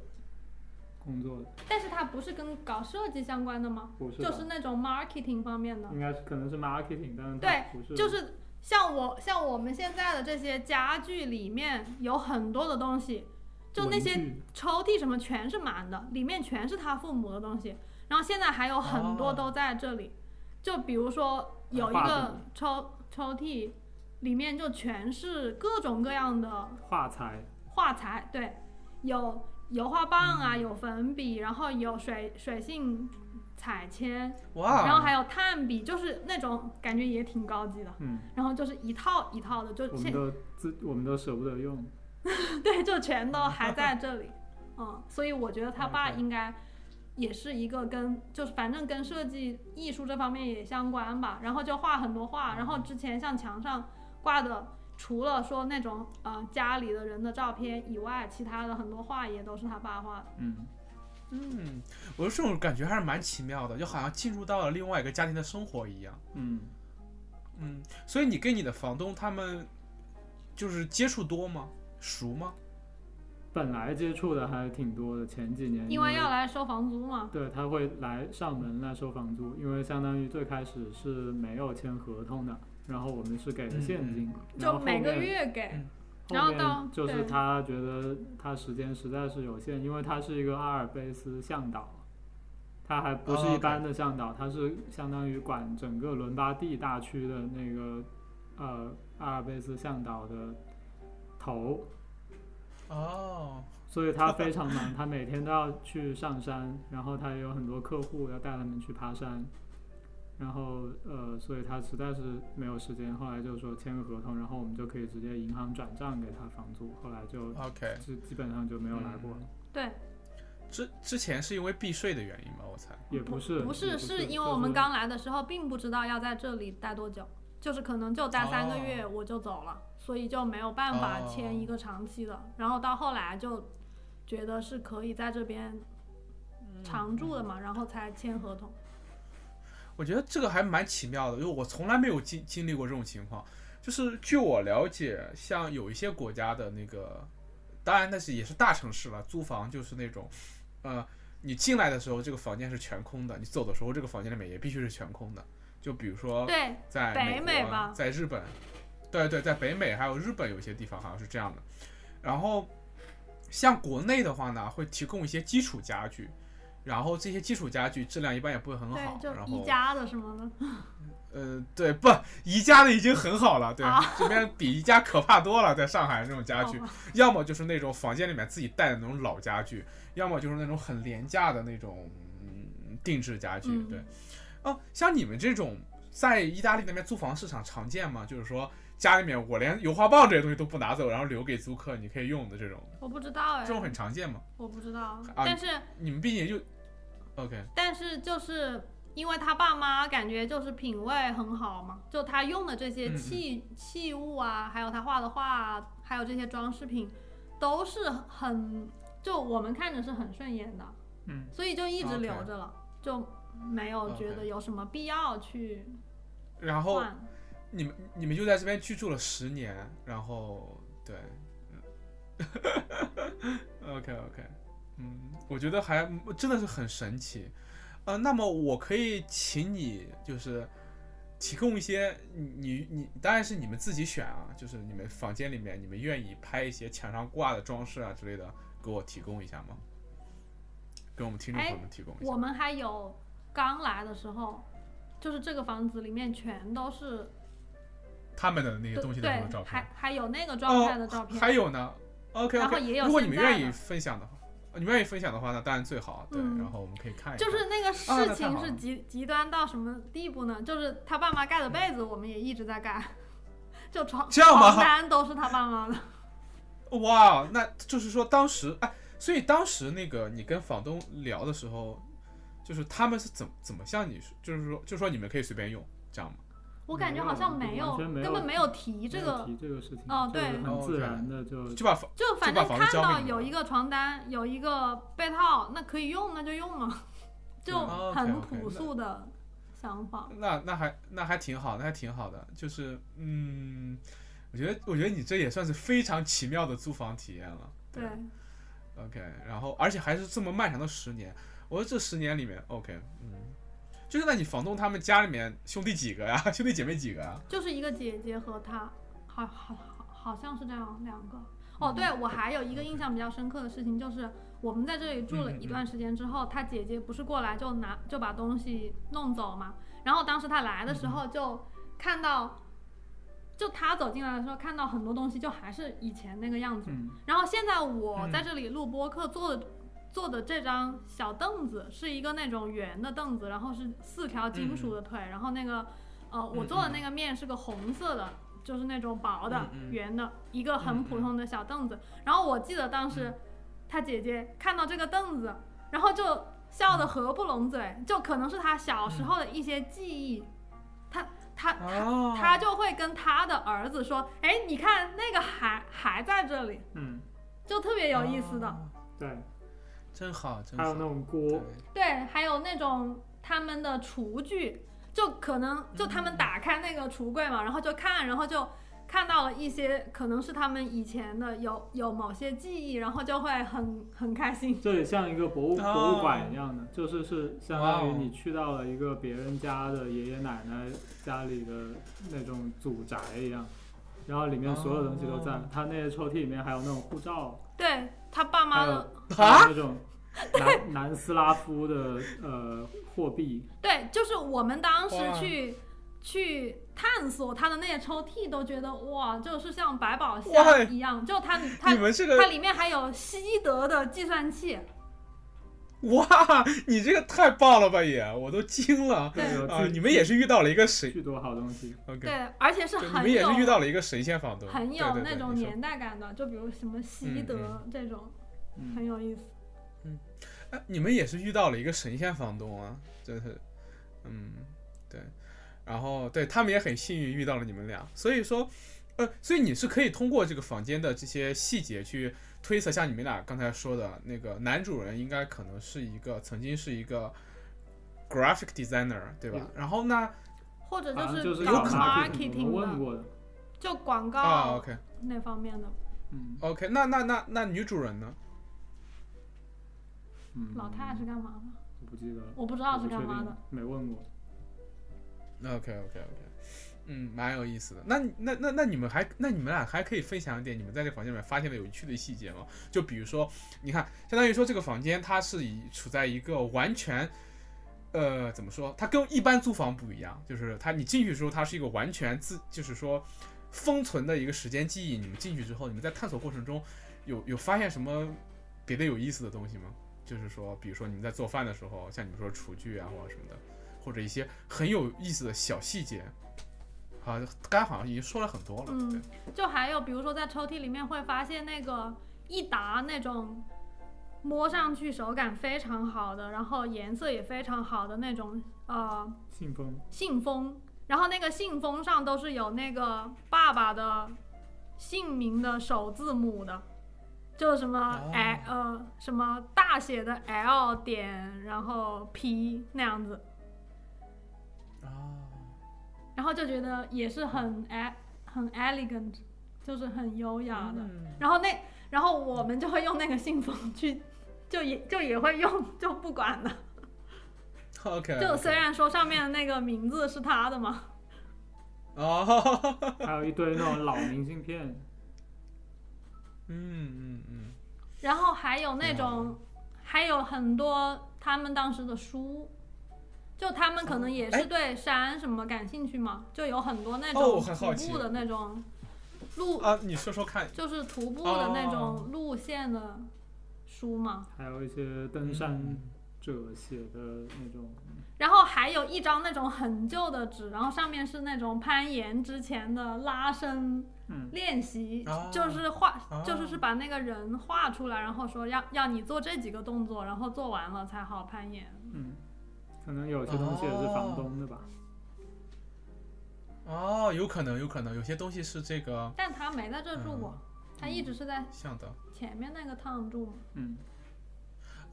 D: 工作的，
C: 但是他不是跟搞设计相关的吗？
D: 不是吧？
C: 就是那种 marketing 方面的，
D: 应该是可能是 marketing，但是
C: 嗯对
D: 他不是，
C: 就是像我像我们现在的这些家具里面有很多的东西，就那
D: 文
C: 些
D: 具
C: 抽屉什么全是满的，里面全是他父母的东西，然后现在还有很多
B: 哦
C: 都在这里，就比如说有一
D: 哎画
C: 个
D: 本
C: 抽抽屉里面就全是各种各样的
D: 画材，
C: 画材，对，有油画棒
D: 嗯
C: 啊，有粉笔，然后有水水性彩铅，
D: 啊
B: 哇，
C: 然后还有炭笔，就是那种感觉也挺高级的。
D: 嗯，
C: 然后就是一套一套的，就
D: 我
C: 现
D: 们都自我们都舍不得用，
C: *laughs* 对，就全都
D: *laughs*
C: 还在这里。嗯，所以我觉得他爸
B: OK
C: 应该也是一个跟，就是反正跟设计艺术这方面也相关吧。然后就画很多画，然后之前像墙上挂的，除了说那种呃家里的人的照片以外，其他的很多画也都是他爸画的。
D: 嗯，
B: 嗯，我觉得这种感觉还是蛮奇妙的，就好像进入到了另外一个家庭的生活一样。
D: 嗯，
B: 嗯，所以你跟你的房东他们就是接触多吗？熟吗？
D: 本来接触的还挺多的，前几年
C: 因为要来收房租嘛，
D: 对，他会来上门来收房租，因为相当于最开始是没有签合同的，然后我们是给的现金，然后
C: 就
D: 后
C: 每个
D: 面
C: 月给
B: 嗯。
C: 然后
D: 面
C: 到
D: 就是
C: 对
D: 他觉得他时间实在是有限，因为他是一个阿尔卑斯向导，他还不
B: 哦
D: 是一
B: ，OK
D: 般的向导，他是相当于管整个伦巴第大区的那个呃阿尔卑斯向导的头，
B: 哦，
D: 所以他非常
C: *laughs*
D: 忙，他每天都要去上山，然后他也有很多客户要带他们去爬山，然后呃，所以他实在是没有时间，后来就说签个合同，然后我们就可以直接银行转账给他房租，后来就
B: OK，
D: 基基本上就没有来过了，
B: 嗯
C: 对，
B: 之之前是因为避税的原因吧，我猜。
D: 也不是，
C: 不
D: 也
C: 是，
D: 是
C: 是因为我们刚来的时候并不知道要在这里待多久，就是可能就待三个
B: 哦
C: 月我就走了，所以就没有办法签一个长期的。然后到后来就觉得是可以在这边常住
B: 嗯
C: 的嘛，然后才签合同。
B: 我觉得这个还蛮奇妙的，因为我从来没有经经历过这种情况。就是据我了解，像有一些国家的那个，当然那是也是大城市了，租房就是那种，呃，你进来的时候这个房间是全空的，你走的时候这个房间里面也必须是全空的。就比如说
C: 对，
B: 在
C: 北
B: 美
C: 美
B: 国
C: 吧
B: 在日本，对对，在北美还有日本有些地方好像是这样的。然后像国内的话呢，会提供一些基础家具，然后这些基础家具质量一般也不会很好
C: 对，，就
B: 然后
C: 宜家的什么的。
B: 呃，对，不，宜家的已经很好了，对，
C: 啊
B: 这边比宜家可怕多了，在上海这种家具
C: 哦，
B: 要么就是那种房间里面自己带的那种老家具，要么就是那种很廉价的那种嗯定制家具，
C: 嗯
B: 对。哦、像你们这种在意大利那边租房市场常见吗？就是说家里面我连油画棒这些东西都不拿走，然后留给租客你可以用的这种，
C: 我不知道哎
B: 这，种很常见吗？
C: 我不知道，
B: 啊
C: 但是
B: 你们毕竟就 OK，
C: 但是就是因为他爸妈感觉就是品味很好嘛，就他用的这些
B: 嗯嗯
C: 器、器物啊，还有他画的画啊，还有这些装饰品，都是很就我们看着是很顺眼的，
D: 嗯，
C: 所以就一直
B: OK
C: 留着了就没有觉得
B: OK
C: 有什么必要去
B: 然后
C: 换。
B: 你们你们就在这边居住了十年，然后对， *laughs* 嗯，OK OK，嗯，我觉得还真的是很神奇，呃，那么我可以请你就是提供一些你你你当然是你们自己选啊，就是你们房间里面你们愿意拍一些墙上挂的装饰啊之类的，给我提供一下吗？给我们听众朋友们提供一下
C: 我。们还有刚来的时候，就是这个房子里面全都是
B: 他们的那些
C: 对
B: 东西的那
C: 对
B: 种照，片
C: 还。还有那个状态的
B: 哦
C: 照片，
B: 还有呢，OK
C: 然后
B: OK，
C: 也有
B: 如果你们
C: 现在
B: 愿意
C: 的
B: 分享的话，呃你们愿意分享的话，那当然最好。啊对，
C: 嗯
B: 然后我们可以看一看。
C: 就是那个
B: 啊那
C: 事
B: 太
C: 情
B: 好
C: 是
B: 了
C: 极、极端到什么地步呢？就是他爸妈盖的被子，我们也一直在盖， *laughs* 就床
B: 这样吗
C: 床单都是他爸妈的。
B: 哇，那就是说当时哎，所以当时那个你跟房东聊的时候，就是他们是怎么怎么向你说，就是说就是说你们可以随便用这样吗？
C: 我感觉好像没有，
D: 完全没有
C: 根本没有提这
D: 没有
C: 个，
D: 提这个事情，
C: 哦
D: 就是
C: 对
D: 很自
B: 哦
D: 然的
C: 嗯
D: 就
B: 就把房
C: 就反
B: 就把
C: 正
B: 房
C: 看
B: 子交给
C: 到
B: 你们
C: 有一个床单，有一个被套，那可以用，那就用嘛， *laughs* 就
B: 哦
C: 很
B: ，OK，OK，
C: 朴
B: 那
C: 素的想法。
B: 那那还那还挺好，那还挺好的，就是嗯，我觉得我觉得你这也算是非常奇妙的租房体验了。
C: 对，
B: OK，然后而且还是这么漫长的十年，我说这十年里面，OK，嗯，就是那你房东他们家里面兄弟几个呀、 *laughs* 兄弟姐妹几个啊呀、
C: 就是一个姐姐和她，好好好，好像是这样两个。哦，对，我还有一个印象比较深刻的事情，就是我们在这里住了
B: 嗯嗯
C: 一段时间之后，她姐姐不是过来就拿就把东西弄走嘛，然后当时她来的时候就看到，就她走进来的时候看到很多东西就还是以前那个样子，
D: 嗯
C: 然后现在我
B: 嗯
C: 在这里录播客坐的、坐的这张小凳子是一个那种圆的凳子，然后是四条金
B: 嗯
C: 属的腿，然后那个呃我坐的那个面是个红色的，就是那种薄的、
B: 嗯嗯嗯
C: 圆的一个很普通的小凳子。然后我记得当时他姐姐看到这个凳子，然后就笑得合不拢嘴，就可能是他小时候的一些记忆，他他他
B: 嗯哦
C: 他就会跟他的儿子说：“哎，你看那个还还在这里。”
D: 嗯，
C: 就特别有意思的。
B: 哦
D: 对，
B: 真好，真好。
D: 还有那种锅，
C: 对，还有那种他们的厨具，就可能就他们打开那个橱柜嘛，然后就看，然后就看到了一些可能是他们以前的有有某些记忆，然后就会很很开心。
D: 这也像一个博物
B: 哦
D: 博物馆一样的，就是是相当于
B: 哇哦
D: 你去到了一个别人家的爷爷奶奶家里的那种祖宅一样，然后里面所有东西都在
B: 哦，
D: 他那些抽屉里面还有那种护照，
C: 对他爸妈
D: 还有
C: 的，
D: 还有那种南 *laughs* 南斯拉夫的呃货币，
C: 对，就是我们当时
B: 哇
C: 去。去探索他的那些抽屉，都觉得哇，就是像百宝
B: 哇
C: 箱一样，就它它
B: 你们这
C: 它
B: 个
C: 里面还有西德的计算器，
B: 哇，你这个太棒了吧也，我都惊了
C: 对
D: 有
B: 啊！
D: 巨
B: 你们也是遇到了一个神
D: 巨多好东西，
B: ，OK，
C: 对，而且是
B: 对
C: 很
B: 你们也
C: 有
B: 是遇到了一个神仙房东，
C: 很
B: 对
C: 有
B: 对对
C: 那种
B: 你说嗯
C: 年代感的，就比如什么西德这种，很
D: 嗯，
C: 有意思。
B: 哎，你们也是遇到了一个神仙房东啊，真是，嗯，对，然后对他们也很幸运遇到了你们俩，所以说，呃，所以你是可以通过这个房间的这些细节去推测，像你们俩刚才说的那个男主人应该可能是一个曾经是一个 graphic designer，对吧？然后呢，
C: 或者
D: 反正
C: 就是
D: 是
C: 搞
D: 搞
B: 有
C: marketing
D: 我问
C: 的，
D: 过的，
C: 就广
B: 啊
C: 告
B: ，OK
C: 那方面的。
D: 嗯
B: OK，那那那那女主人呢？
D: 嗯，
C: 老太太是干嘛的？
D: 我不记得了，
C: 我不知
D: 我
C: 道
D: 不
C: 是
D: 确
C: 干嘛
D: 定
C: 的。，
D: 没问过。
B: OK OK OK，嗯，蛮有意思的。那那那那你们还那你们俩还可以分享一点你们在这房间里面发现的有趣的细节吗？就比如说，你看，相当于说这个房间它是以处在一个完全，呃，怎么说？它跟一般租房不一样，就是它你进去之后，它是一个完全自，就是说封存的一个时间记忆。你们进去之后，你们在探索过程中有有发现什么别的有意思的东西吗？就是说，比如说你们在做饭的时候，像你们说厨具啊或者什么的。或者一些很有意思的小细节。啊，刚才好像已经说了很多了。对
C: 嗯，就还有比如说在抽屉里面会发现那个一沓那种摸上去手感非常好的，然后颜色也非常好的那种呃
D: 信封，
C: 信封，然后那个信封上都是有那个爸爸的姓名的首字母的，就是什么
B: 哦
C: L、呃什么大写的 L 点，然后 P 那样子，
B: 啊，
C: 然后就觉得也是很 e 很 elegant，就是很优雅的。然后那然后我们就会用那个信封去，就也就也会用，就不管了。
B: OK，
C: 就虽然说上面的那个名字是他的嘛，
B: 哦， *laughs*
D: 还有一堆那种老明信片，
B: 嗯嗯嗯，
C: 然后还有那
B: 挺好
C: 种，还有很多他们当时的书，就他们可能也
B: 哎
C: 是对山什么感兴趣嘛，就有很多那
B: 哦我
C: 种
B: 很好
C: 徒步
B: 奇
C: 的那种路，
B: 啊，你说说看，
C: 就是徒步的那
B: 哦
C: 种路线的书嘛。
D: 还有一些登山
B: 嗯
D: 者写的那种，
C: 然后还有一张那种很旧的纸，然后上面是那种攀岩之前的拉伸
D: 嗯，
C: 练习，
B: 哦
C: 就是画，
B: 哦
C: 就是是把那个人画出来，然后说要要你做这几个动作，然后做完了才好攀岩。
D: 嗯，可能有些东西也是房东的吧。
B: 哦，有可能，有可能，有些东西是这个
C: 但他没在这住过，他一直是在
B: 像的。
C: 前面那个趟住嘛。
D: 嗯，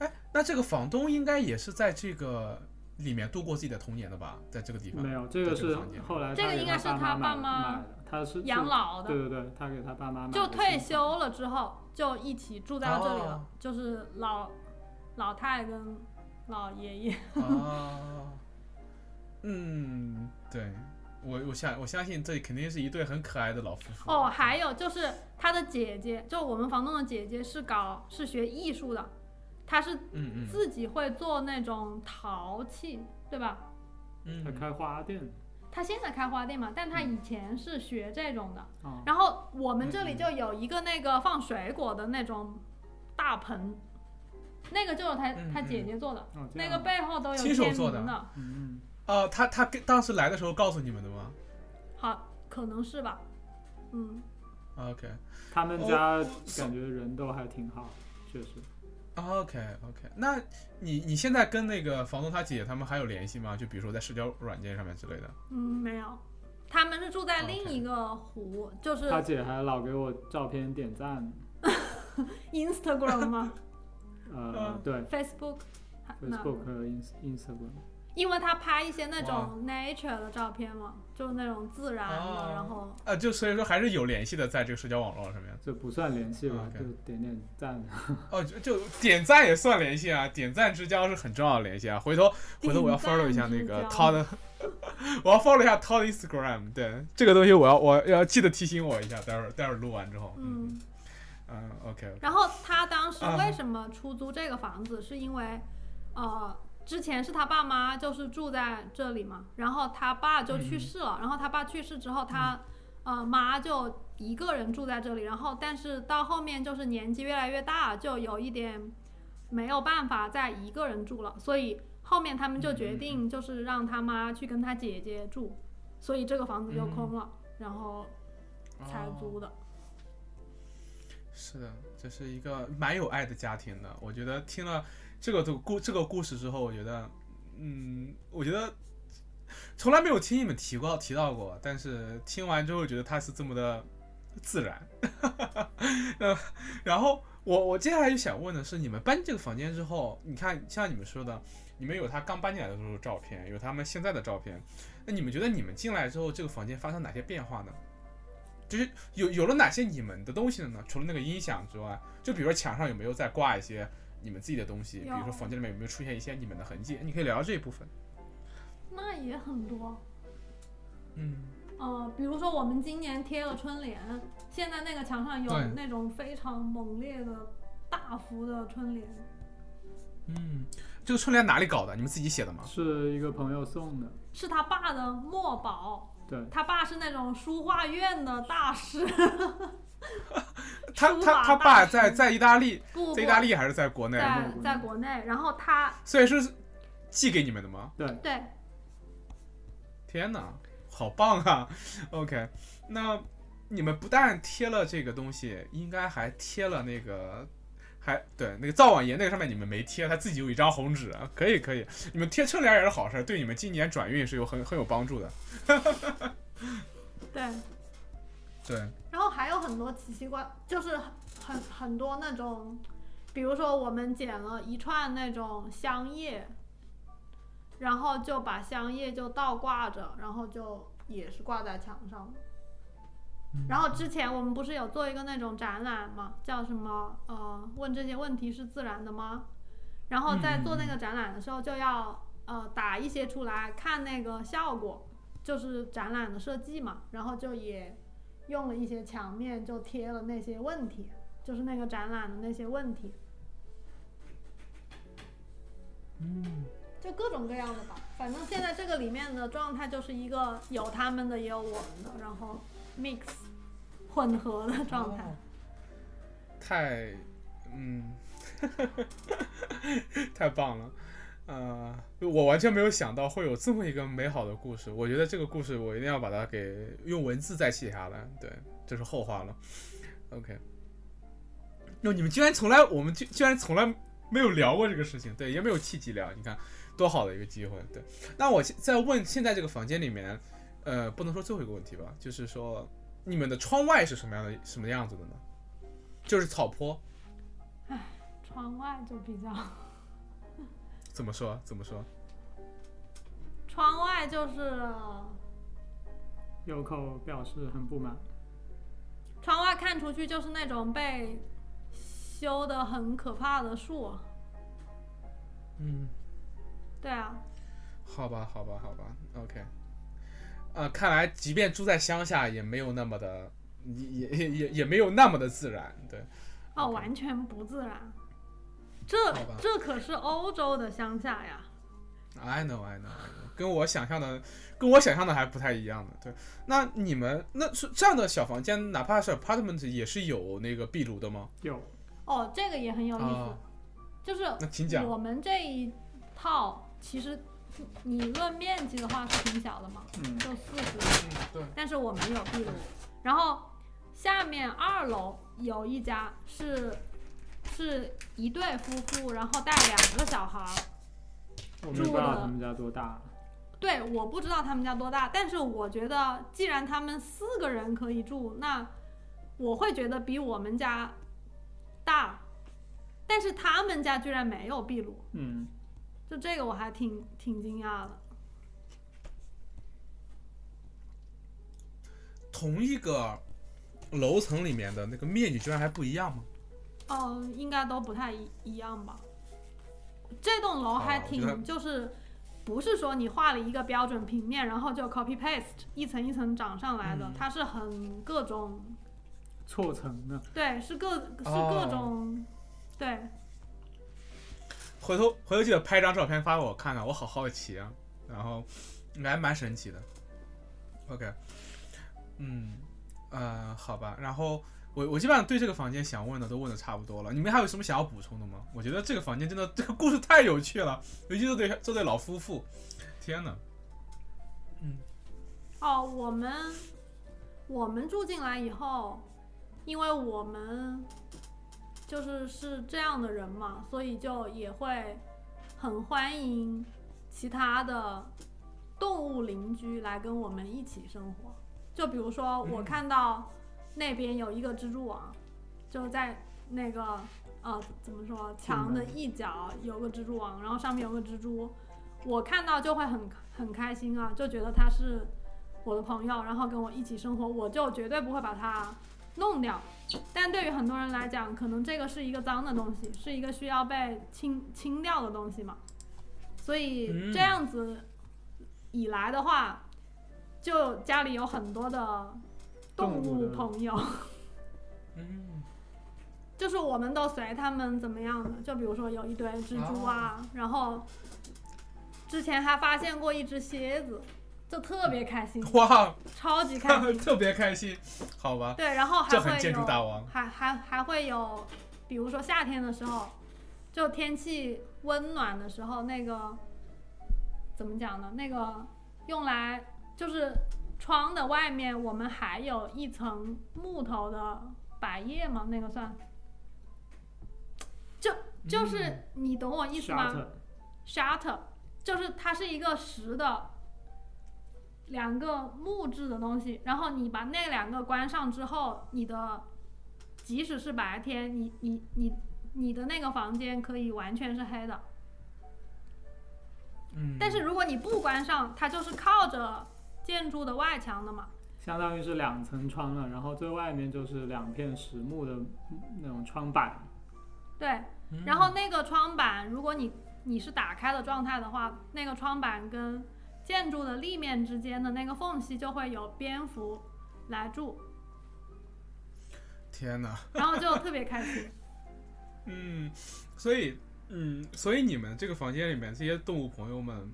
B: 哎，那这个房东应该也是在这个里面度过自己的童年的吧？在这个地方
D: 没有，这个
B: 在这个
D: 是
B: 房间
D: 后来
C: 这个
D: 他给
C: 应该是他
D: 爸
C: 爸
D: 妈
C: 妈
D: 买买的，他是
C: 养，老的，
D: 是对对对，他给他爸妈买的
C: 就退
D: 新
C: 休了之后就一起住在这里了，
B: 哦
C: 就是老老太跟老爷爷。
B: 啊。嗯，对我我相我相信这肯定是一对很可爱的老夫妇。
C: 哦，还有就是他的姐姐，就我们房东的姐姐是搞是学艺术的，她是
B: 嗯嗯
C: 自己会做那种陶器，对吧？
D: 房，
B: 嗯
D: 他开花店
C: 她现在开花店嘛，但她以前是学这种的。
D: 啊，
C: 然后我们这
B: 嗯
C: 里就有一个那个放水果的那种大盆，那个就是她
B: 嗯
C: 她
B: 嗯
C: 姐姐做的。
D: 哦这
C: 那
D: 样
C: 个背后都有
B: 亲手做的
C: 签名的，
D: 嗯，
B: 哦，他他跟当时来的时候告诉你们的吗
C: 好，可能是吧，嗯，
B: ？OK
D: 他
B: 哦
D: 们家感觉人都还挺好，确实
B: OK OK，那你你现在跟那个房东他姐姐他们还有联系吗？就比如说在社交软件上面之类的。
C: 嗯，没有，他们是住在另一个湖，就是
D: 他姐还老给我照片点赞，
B: *laughs*
C: Instagram 吗
D: 呃，对
C: ？Facebook，那
D: ，Facebook 和 Ins Instagram，
C: 因为他拍一些那种 nature 的照片嘛，就是那种自然
B: 哦
C: 的，然后
B: 啊，就所以说还是有联系的，在这个社交网络上面。
D: 这不算联系吧，
B: 啊 OK
D: 就点点赞， *laughs*
B: 哦，就就点赞也算联系啊，点赞之交是很重要的联系啊。回头回头我要
C: 点赞
B: follow 一下那
C: 之
B: 个
C: 交
B: 涛的， *laughs* 我要 follow 一下涛的 Instagram。对，这个东西我要我要记得提醒我一下，待会儿待会儿录完之后。
C: 嗯，
B: 嗯，OK
C: *laughs*
B: OK。
C: 然后他当时
B: 啊
C: 为什么出租这个房子，是因为，呃。之前是他爸妈就是住在这里嘛，然后他爸就去世了，然后他爸去世之后，他呃妈就一个人住在这里，然后但是到后面就是年纪越来越大，就有一点没有办法再一个人住了，所以后面他们就决定就是让他妈去跟他姐姐住，所以这个房子就空了，然后才
B: 哦
C: 租的。
B: 是的，这是一个蛮有爱的家庭的。我觉得听了这个这个故这个故事之后，我觉得，嗯，我觉得从来没有听你们提过提到过，但是听完之后觉得他是这么的自然。 *laughs* 呃，然后我我接下来就想问的是，你们搬进这个房间之后，你看像你们说的，你们有他刚搬进来的时候的照片，有他们现在的照片，那你们觉得你们进来之后，这个房间发生哪些变化呢？就是有有了哪些你们的东西了呢？除了那个音响之外，就比如说墙上有没有再挂一些你们自己的东西？比如说
C: 有
B: 房间里面有没有出现一些你们的痕迹？你可以聊聊这一部分。
C: 那也很多，
B: 嗯，
C: 呃，比如说我们今年贴了春联，现在那个墙上有
B: 对
C: 那种非常猛烈的大幅的春联，
B: 嗯，这个春联哪里搞的？你们自己写的吗？
D: 是一个朋友送的，
C: 是他爸的墨宝，
D: 对，
C: 他爸是那种书画院的大师， *laughs*
B: 他
C: 书
B: 他
C: 法
B: 他
C: 大
B: 爸
C: 师
B: 在在意大利，
C: 不不
B: 在意大利还是在国内？嗯
C: 在在国内，然后他
B: 所以是寄给你们的吗？
D: 对，
C: 对
B: 天哪，好棒啊！OK，那你们不但贴了这个东西，应该还贴了那个，还对那个灶王爷那个上面你们没贴，他自己有一张红纸，啊可以可以，你们贴春联也是好事，对你们今年转运是有很很有帮助的。
C: 对，
B: 对，
C: 然后还有很多奇奇怪，就是很很多那种，比如说我们捡了一串那种香叶，然后就把香叶就倒挂着，然后就也是挂在墙上。然后之前我们不是有做一个那种展览嘛，叫什么呃，问这些问题是自然的吗？然后在做那个展览的时候就要呃打一些出来看那个效果，就是展览的设计嘛，然后就也用了一些墙面就贴了那些问题，就是那个展览的那些问题，
B: 嗯，
C: 就各种各样的吧。反正现在这个里面的状态就是一个有他们的，也有我们的，然后 mix 混合的状态。
B: 太，嗯，太棒了，呃，我完全没有想到会有这么一个美好的故事。我觉得这个故事我一定要把它给用文字再写下来，对，这是后话了。OK，那你们居然从来，我们居居然从来没有聊过这个事情，对，也没有契机聊，你看多好的一个机会，对。那我现在问现在这个房间里面，呃，不能说最后一个问题吧，就是说你们的窗外是什么样的，什么样子的呢？就是草坡，
C: 窗外就比较，
B: 怎么说？怎么说？
C: 窗外就是
D: 右口表示很不满。
C: 窗外看出去就是那种被修的很可怕的树。
B: 嗯，
C: 对啊，
B: 好吧，好吧，好吧，OK。啊，看来即便住在乡下，也没有那么的，也也也也没有那么的自然，对。
C: 哦，
B: OK
C: 完全不自然。
B: 好
C: 这
B: 吧
C: 这可是欧洲的乡下呀！
B: I know, I know, I know，跟我想象的，跟我想象的还不太一样的。对，那你们那是这样的小房间，哪怕是 apartment 也是有那个壁炉的吗？
D: 有，
C: 哦，这个也很有意思，
B: 啊
C: 就是
B: 那请讲
C: 我们这一套其实你论面积的话是挺小的嘛，
D: 嗯，
C: 就四十平，
B: 对，
C: 但是我们有壁炉，然后下面二楼有一家是是一对夫妇，然后带两个小孩儿。
D: 我没
C: 住
D: 不知道
C: 的
D: 他们家多大。
C: 对，我不知道他们家多大，但是我觉得既然他们四个人可以住，那我会觉得比我们家大，但是他们家居然没有壁炉，
D: 嗯，
C: 就这个我还挺挺惊讶的。
B: 同一个楼层里面的那个面积居然还不一样吗？
C: 哦，应该都不太一一样吧。这栋楼还
B: 啊我觉得
C: 挺就是。不是说你画了一个标准平面，然后就 copy paste 一层一层长上来的，
B: 嗯
C: 它是很各种，
D: 错层呢？
C: 对，是各是
B: 哦
C: 各种，对，
B: 回头回头记得拍张照片发给我看看，我好好奇啊。然后还蛮神奇的。OK，嗯，呃，好吧。然后我我基本上对这个房间想问的都问的差不多了。你们还有什么想要补充的吗？我觉得这个房间真的 *laughs* 这个故事太有趣了，尤其是对这对老夫妇，天哪！
C: 哦，我们我们住进来以后，因为我们就是是这样的人嘛，所以就也会很欢迎其他的动物邻居来跟我们一起生活。就比如说，我
B: 嗯
C: 看到那边有一个蜘蛛网，就在那个呃怎么说墙的一角有个蜘蛛网，然后上面有个蜘蛛，我看到就会很很开心啊，就觉得它是我的朋友，然后跟我一起生活，我就绝对不会把它弄掉。但对于很多人来讲，可能这个是一个脏的东西，是一个需要被清清掉的东西嘛。所以
B: 嗯
C: 这样子以来的话，就家里有很多的动
D: 动物
C: 物
D: 的
C: 朋友， *laughs*
B: 嗯，
C: 就是我们都随他们怎么样的。就比如说有一堆蜘蛛啊，然后之前还发现过一只蝎子，就特别开心，
B: 哇， *laughs*
C: 超级开心。
B: 特别开心，好吧。
C: 对，然后还
B: 这
C: 会
B: 很
C: 有
B: 建筑大王
C: 还还还会有，比如说夏天的时候，就天气温暖的时候，那个怎么讲呢？那个用来就是窗的外面，我们还有一层木头的百叶吗？那个算？就就是你懂我意思吗？
D: 沙特
C: shutter，就是它是一个实的两个木质的东西，然后你把那两个关上之后，你的即使是白天，你你你你的那个房间可以完全是黑的，
B: 嗯，
C: 但是如果你不关上，它就是靠着建筑的外墙的嘛。
D: 相当于是两层窗了，然后最外面就是两片实木的嗯那种窗板。
C: 对，
B: 嗯
C: 然后那个窗板，如果你你是打开的状态的话，那个窗板跟建筑的立面之间的那个缝隙就会有蝙蝠来住，
B: 天哪，
C: 然后就特别开心。
B: 嗯，所以，嗯，所以你们这个房间里面这些动物朋友们，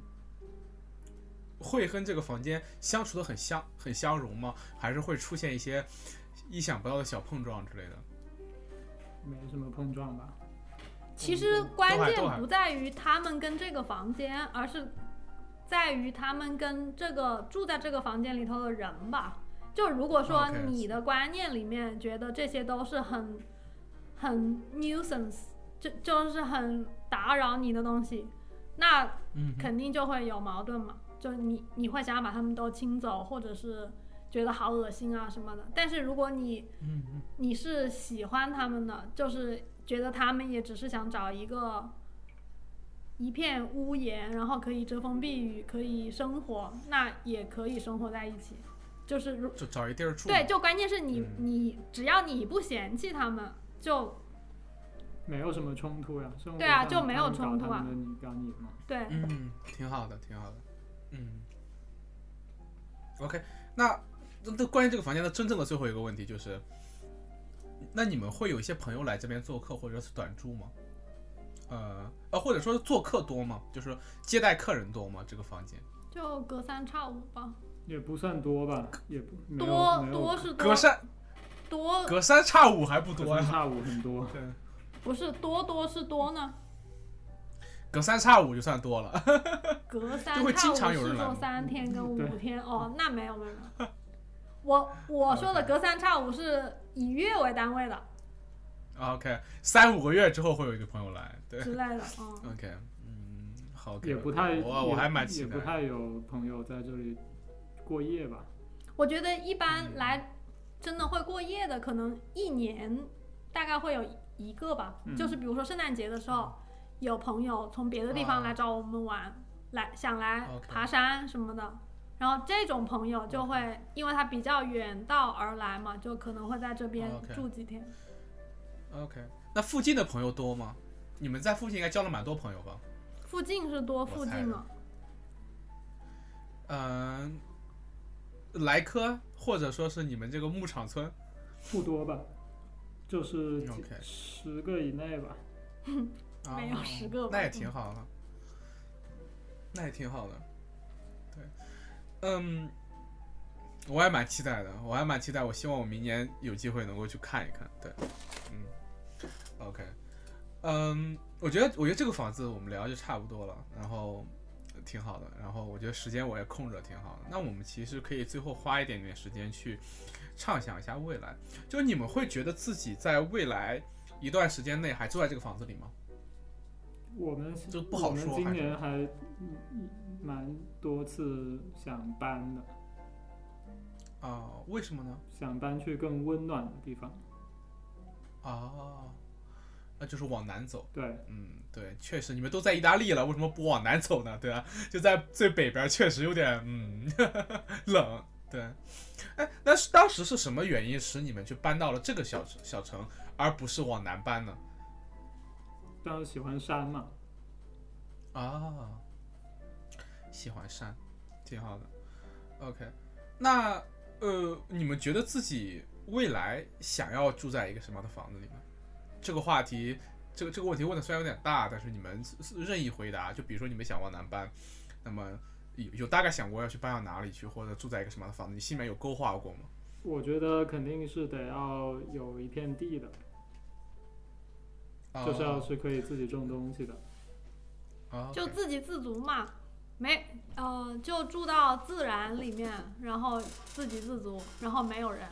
B: 会跟这个房间相处的很相很相融吗？还是会出现一些意想不到的小碰撞之类的？
D: 没什么碰撞吧。
C: 其实关键不在于他们跟这个房间，而是在于他们跟这个住在这个房间里头的人吧。就如果说
B: OK
C: 你的观念里面觉得这些都是很很 nuisance，就就是很打扰你的东西，那
B: 嗯哼
C: 肯定就会有矛盾嘛。就你你会想要把他们都清走，或者是觉得好恶心啊什么的。但是如果你
B: 嗯嗯
C: 你是喜欢他们的，就是觉得他们也只是想找一个一片屋檐，然后可以遮风避雨，可以生活，那也可以生活在一起。就是如
B: 就找一地儿住。
C: 对，就关键是你
B: 嗯
C: 你只要你不嫌弃他们，就
D: 没有什么冲突呀、生活
C: 对啊
D: 上
C: 就没有
D: 他
C: 冲
D: 们搞
C: 突啊
D: 他们的你搞你的嘛。
C: 对。
B: 嗯，挺好的，挺好的。嗯。OK，那那那关于这个房间的真正的最后一个问题就是，那你们会有一些朋友来这边做客或者是短住吗？呃呃，或者说是做客多吗？就是接待客人多吗？这个房间
C: 就隔三差五吧，
D: 也不算多吧，也不没有
C: 多
D: 没有
C: 多是多
B: 隔三
C: 多
B: 隔三差五还不
D: 隔
B: 多
D: 三
B: 呀、
D: 差五很多。
B: 对，
C: 不是多多是
B: *laughs*
C: 多呢，
B: 隔三差五就算多了。 *laughs*
C: 隔
B: 就
C: 三
B: 会
C: 差
B: 经
C: 五
B: 常有
C: 是
B: 人来
C: 说
B: 吗
C: 三天
B: *laughs*
C: 跟
D: 对
C: 五天哦，那没有没有。没有我我说的
B: OK
C: 隔三差五是以月为单
B: *laughs*
C: 位的
B: OK，三五个月之后会有一个朋友来，对
C: 之类的，嗯，
B: ，OK，嗯，好，
D: 也不太，
B: 我我还蛮期
D: 也
B: 待
D: 不太有朋友在这里过夜吧。
C: 我觉得一般
B: 嗯
C: 来真的会过夜的，可能一年大概会有一个吧，
D: 嗯
C: 就是比如说圣诞节的时候，有朋友从别的地方
B: 啊
C: 来找我们玩，来想来
B: OK
C: 爬山什么的。然后这种朋友就会，因为他比较远道而来嘛，就可能会在这边
B: 啊 OK
C: 住几天。
B: OK，那附近的朋友多吗？你们在附近应该交了蛮多朋友吧？
C: 附近是多附
B: 猜
C: 近
B: 的
C: 了，
B: 嗯、莱科或者说是你们这个牧场村
D: 不多吧，就是几
B: OK
D: 十个以内吧。
B: 啊，
C: 没有十个吧嗯
B: 那也挺好的，那也挺好的，对，嗯，我还蛮期待的，我还蛮期待，我希望我明年有机会能够去看一看，对，嗯，OK，嗯，我觉得我觉得这个房子我们聊就差不多了，然后挺好的，然后我觉得时间我也空着挺好的，那我们其实可以最后花一点点时间去畅想一下未来，就你们会觉得自己在未来一段时间内还住在这个房子里吗？
D: 我们
B: 这不好
D: 我们
B: 说
D: 今
B: 还是
D: 年还嗯蛮多次想搬的，
B: 啊、为什么呢？
D: 想搬去更温暖的地方。
B: 啊，那就是往南走。
D: 对，
B: 嗯，对，确实，你们都在意大利了，为什么不往南走呢？对啊，就在最北边，确实有点嗯 *laughs* 冷。对，哎，那是当时是什么原因使你们去搬到了这个小小城，而不是往南搬呢？
D: 但是喜欢山嘛，
B: 啊，喜欢山，挺好的。OK，那呃，你们觉得自己未来想要住在一个什么样的房子里呢？这个话题，这个这个问题问的虽然有点大，但是你们是是任意回答。就比如说你们想往南搬，那么有有大概想过要去搬到哪里去，或者住在一个什么样的房子？你心里面有勾画过吗？
D: 我觉得肯定是得要有一片地的，
B: 啊
D: 就是要是可以自己种东西的。
B: 啊，
C: 就
B: OK
C: 自给自足嘛，没呃，就住到自然里面，然后自给自足，然后没有人。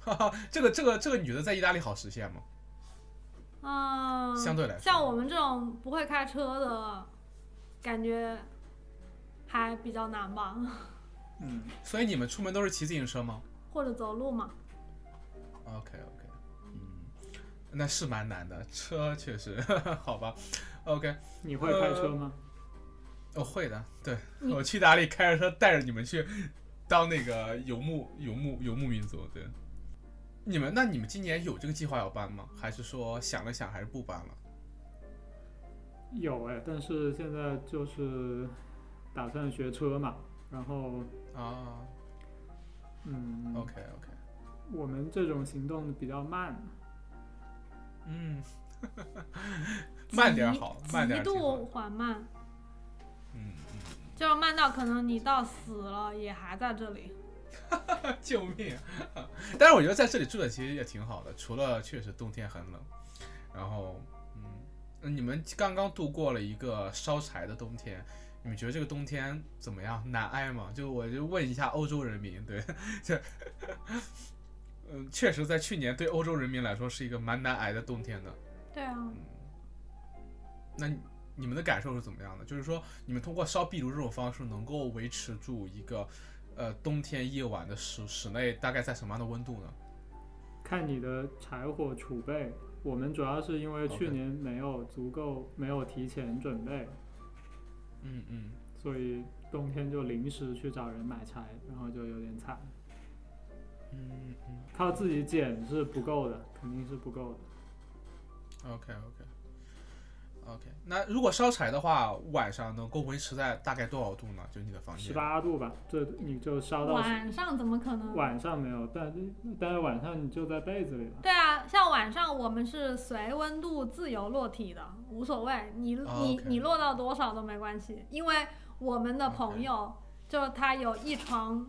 B: 哈哈， *laughs* 这个这个这个，你觉得在意大利好实现吗？
C: 嗯，
B: 相对来说
C: 像我们这种不会开车的，感觉还比较难吧，
D: 嗯，
B: 所以你们出门都是骑自行车吗？
C: 或者走路嘛。
B: OK OK，嗯，那是蛮难的，车确实， *laughs* 好吧，OK，
D: 你会
B: 呃
D: 开车吗？
B: 我、会的，对
C: 你
B: 我去哪里开着车带着你们去当那个游牧游牧游牧民族，对。你们那你们今年有这个计划要搬吗？还是说想了想还是不搬了？
D: 有哎，但是现在就是打算学车嘛，然后
B: 啊
D: 嗯
B: ，OK OK，
D: 我们这种行动比较慢，
B: 嗯，慢点儿
C: 极
B: *laughs* 好慢点儿
C: 极
B: 挺好
C: 度缓慢。
B: 嗯嗯嗯，
C: 就是慢到可能你到死了也还在这里。
B: *laughs* 救命！啊但是我觉得在这里住的其实也挺好的，除了确实冬天很冷，然后嗯，你们刚刚度过了一个烧柴的冬天，你们觉得这个冬天怎么样？难挨吗？就我就问一下欧洲人民，对， *laughs* 就嗯，确实在去年对欧洲人民来说是一个蛮难挨的冬天的。
C: 对啊，
B: 那你你们的感受是怎么样的？就是说，你们通过烧壁炉这种方式，能够维持住一个呃冬天夜晚的室室内大概在什么样的温度呢？
D: 看你的柴火储备。我们主要是因为
B: OK
D: 去年没有足够，没有提前准备，
B: 嗯嗯，
D: 所以冬天就临时去找人买柴，然后就有点惨。
B: 嗯嗯
D: 靠自己捡是不够的，肯定是不够的。
B: ，OK OK OK。那如果烧柴的话，晚上能够维持在大概多少度呢？哦就你的房间
D: 十八度吧，这你就烧到
C: 晚上怎么可能？
D: 晚上没有，但是但是晚上你就在被子里了。
C: 对啊，像晚上我们是随温度自由落体的，无所谓，你、
B: 哦
C: 你
B: OK
C: 你落到多少都没关系，因为我们的朋友就他有一床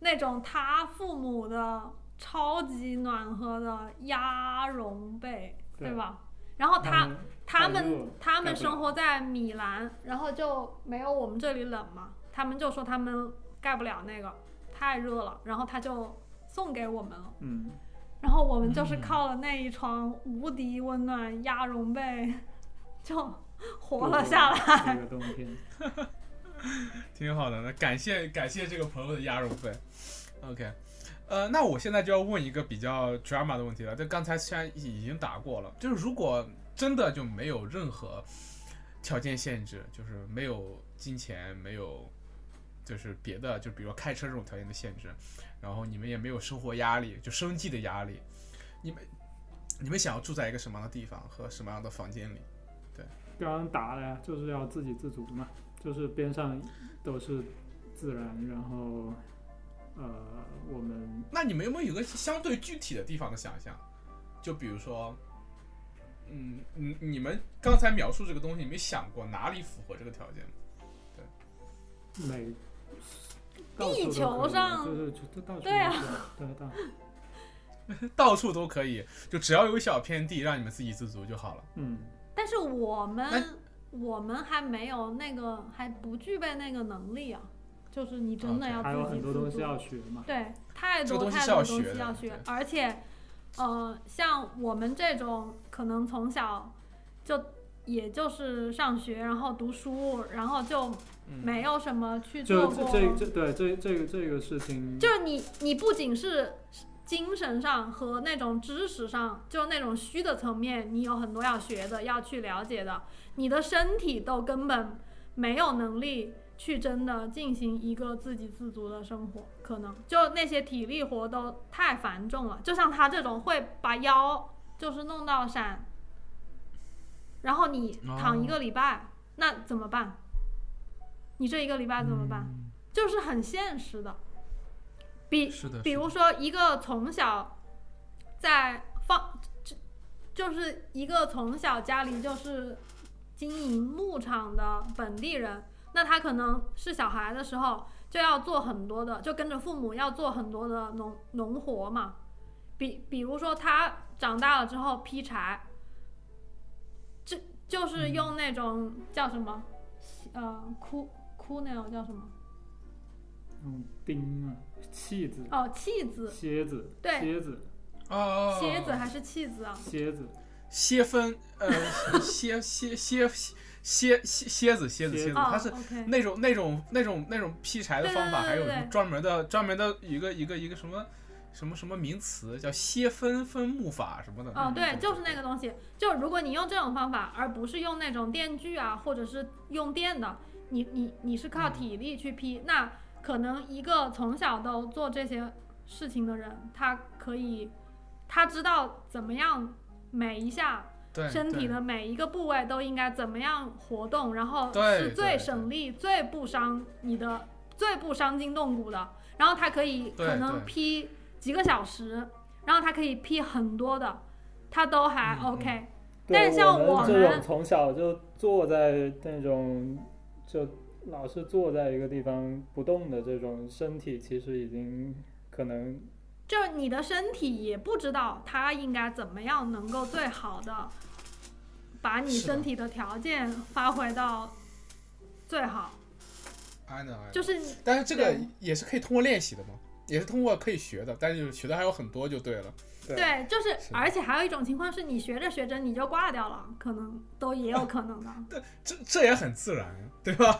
C: 那种他父母的超级暖和的鸭绒被，
D: 对
C: 对吧？然后哦他、
D: 嗯
C: 他
D: 太热
C: 们
D: 了
C: 他
D: 太
C: 们
D: 热
C: 生活在米兰，然后就没有我们这里冷嘛，他们就说他们盖不了那个，太热了，然后他就送给我们了。
D: 嗯，
C: 然后我们就是
B: 嗯
C: 靠了那一床无敌温暖鸭绒被，就活了下来。
D: 来。这个冬天，
B: 挺好的，那感谢感谢这个朋友的鸭绒被。OK，呃，那我现在就要问一个比较 drama 的问题了，这刚才虽然已经答过了，就是如果真的就没有任何条件限制，就是没有金钱，没有就是别的，就比如说开车这种条件的限制，然后你们也没有生活压力，就生计的压力，你们你们想要住在一个什么样的地方和什么样的房间里？
D: 刚刚答啊了呀，就是要自给自足嘛，就是边上都是自然，然后呃，我们
B: 那你们有没有一个相对具体的地方的想象？就比如说，嗯，你你们刚才描述这个东西，你们想过哪里符合这个条件吗？
D: 每到处都可以
C: 地球上
D: 就是就就到处都
C: 对啊
D: 是对到
B: 到处都可以，就只要有一小片地，让你们自给自足就好了。
D: 嗯，
C: 但是我
B: 哎
C: 们我们还没有那个，还不具备那个能力啊。就是你真的
B: OK
C: 要
D: 哦还有
C: 自
D: 很
C: 己
D: 多
C: 自
D: 东
C: 足
D: 西要学嘛，
C: 对，太
B: 这个东
C: 多
B: 西
C: 太
B: 是
C: 多
B: 要
C: 东西
B: 学的
C: 要
B: 对
C: 学，而且，呃，像我们这种可能从小就也就是上学，然后读书，然后就
B: 嗯
C: 没有什么去做
D: 就
C: 过。
D: 这这这对这这个这个事情，
C: 就是你，你不仅是精神上和那种知识上，就那种虚的层面，你有很多要学的、要去了解的，你的身体都根本没有能力去真的进行一个自给自足的生活，可能就那些体力活都太繁重了。就像他这种会把腰就是弄到闪，然后你躺一个礼拜，那怎么办？你这一个礼拜怎么办？就是很现实的。比
B: 是的
C: 比如说一个从小在放，就就是一个从小家里就是经营牧场的本地人，那他可能是小孩的时候就要做很多的，就跟着父母要做很多的农农活嘛。比比如说他长大了之后劈柴，这
B: 嗯
C: 就是用那种叫什么，呃，枯枯那种叫什么？
D: 嗯，钉啊，气子，
C: 哦，弃子，
D: 蝎子，
C: 对
D: 蝎子，
B: 哦，
C: 蝎子还是弃子啊？
D: 蝎子，
B: 蝎分，呃， *laughs* 蝎蝎蝎蝎蝎 *laughs* 蝎子蝎子蝎子，
C: 哦
B: 它是
C: OK，
B: 那种那种那种那种劈柴的方法，还有
C: 对对对对
B: 什么专门的专门的一个一个一个什么什么什么名词叫蝎分分木法什么的。
C: 哦，对，就是那
B: 个。
C: 个东西。就如果你用这种方法，而不是用那种电锯啊，或者是用电的，你你你是
B: 嗯
C: 靠体力去劈，那可能一个从小都做这些事情的人，他可以，他知道怎么样每一下
B: 对
C: 身体
B: 对
C: 的每一个部位都应该怎么样活动，然后
B: 对
C: 是
B: 对
C: 最省力、最不伤你的、最不伤筋动骨的。然后它可以
B: 对
C: 可
B: 对
C: 能劈几个小时，然后它可以劈很多的，它都还
B: 嗯
C: OK、
D: 对
C: 但像
D: 我
C: 我
D: 这种
C: 们
D: 从小就坐在那种就老是坐在一个地方不动的这种身体，其实已经可能
C: 就是你的身体也不知道它应该怎么样能够最好的把你
B: 是的
C: 身体的条件发挥到最好，
B: I know, I know
C: 就是
B: 但是这个
C: 对
B: 也是可以通过练习的嘛，也是通过可以学的，但是就是学的还有很多就对了。
C: 对，就是
B: 是，的
C: 而且还有一种情况是你学着学着你就挂掉了，可能都也有可能的。
B: 这这也很自然呀， *laughs* 对吧？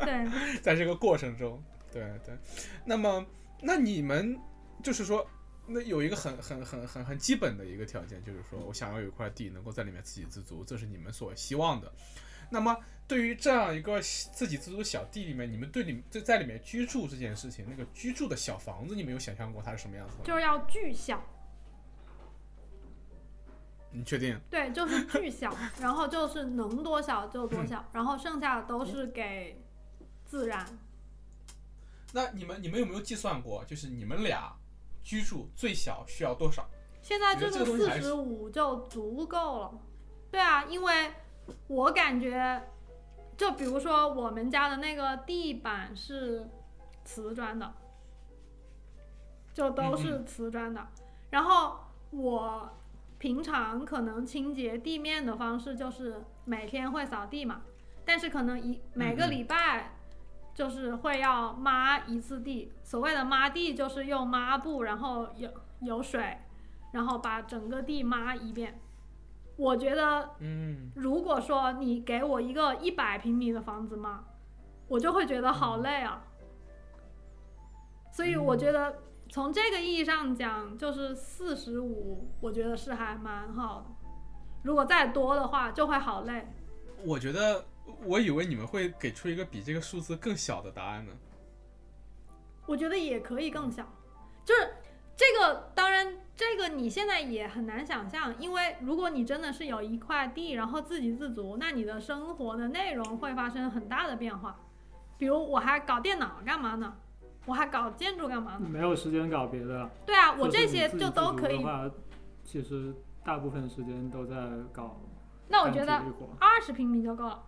C: 对，
B: *laughs* 在这个过程中，对对。那么，那你们就是说，那有一个很很很很很基本的一个条件，就是说我想要有一块地能够在里面自给自足，这是你们所希望的。那么，对于这样一个自给自足的小地里面，你们对里在在里面居住这件事情，那个居住的小房子，你们有想象过它是什么样子吗？
C: 就是要巨小，
B: 你确定？
C: 对，就是巨小，然后就是能多小就多小，然后剩下的都是给自然。
B: 那你们你们有没有计算过，就是你们俩居住最小需要多少？
C: 现在
B: 觉
C: 这
B: 得这个
C: 个
B: 东西
C: 四
B: 还是
C: 十五就足够了。对啊，因为我感觉，就比如说我们家的那个地板是瓷砖的，就都
B: 嗯
C: 是瓷砖的。然后我平常可能清洁地面的方式就是每天会扫地嘛，但是可能一每个
B: 嗯嗯
C: 礼拜就是会要抹一次地。所谓的抹地，就是用抹布，然后有有水，然后把整个地抹一遍。我觉得，
B: 嗯，
C: 如果说你给我一个一百平米的房子嘛，我就会觉得好
B: 嗯
C: 累啊。所以我觉得从这个意义上讲，就是四十五，我觉得是还蛮好的。如果再多的话，就会好累。
B: 我觉得我以为你们会给出一个比这个数字更小的答案呢。
C: 我觉得也可以更小，就是这个，当然这个你现在也很难想象，因为如果你真的是有一块地，然后自给自足，那你的生活的内容会发生很大的变化。比如我还搞电脑干嘛呢？我还搞建筑干嘛呢？
D: 没有时间搞别的了。
C: 对啊，我
D: 就
C: 这
D: 是你
C: 些
D: 自
C: 就
D: 给自
C: 都
D: 足
C: 可
D: 的
C: 以。
D: 话其实大部分时间都在搞
C: 那我
D: 干
C: 觉
D: 体
C: 得
D: 力活
C: 二十平米就够了，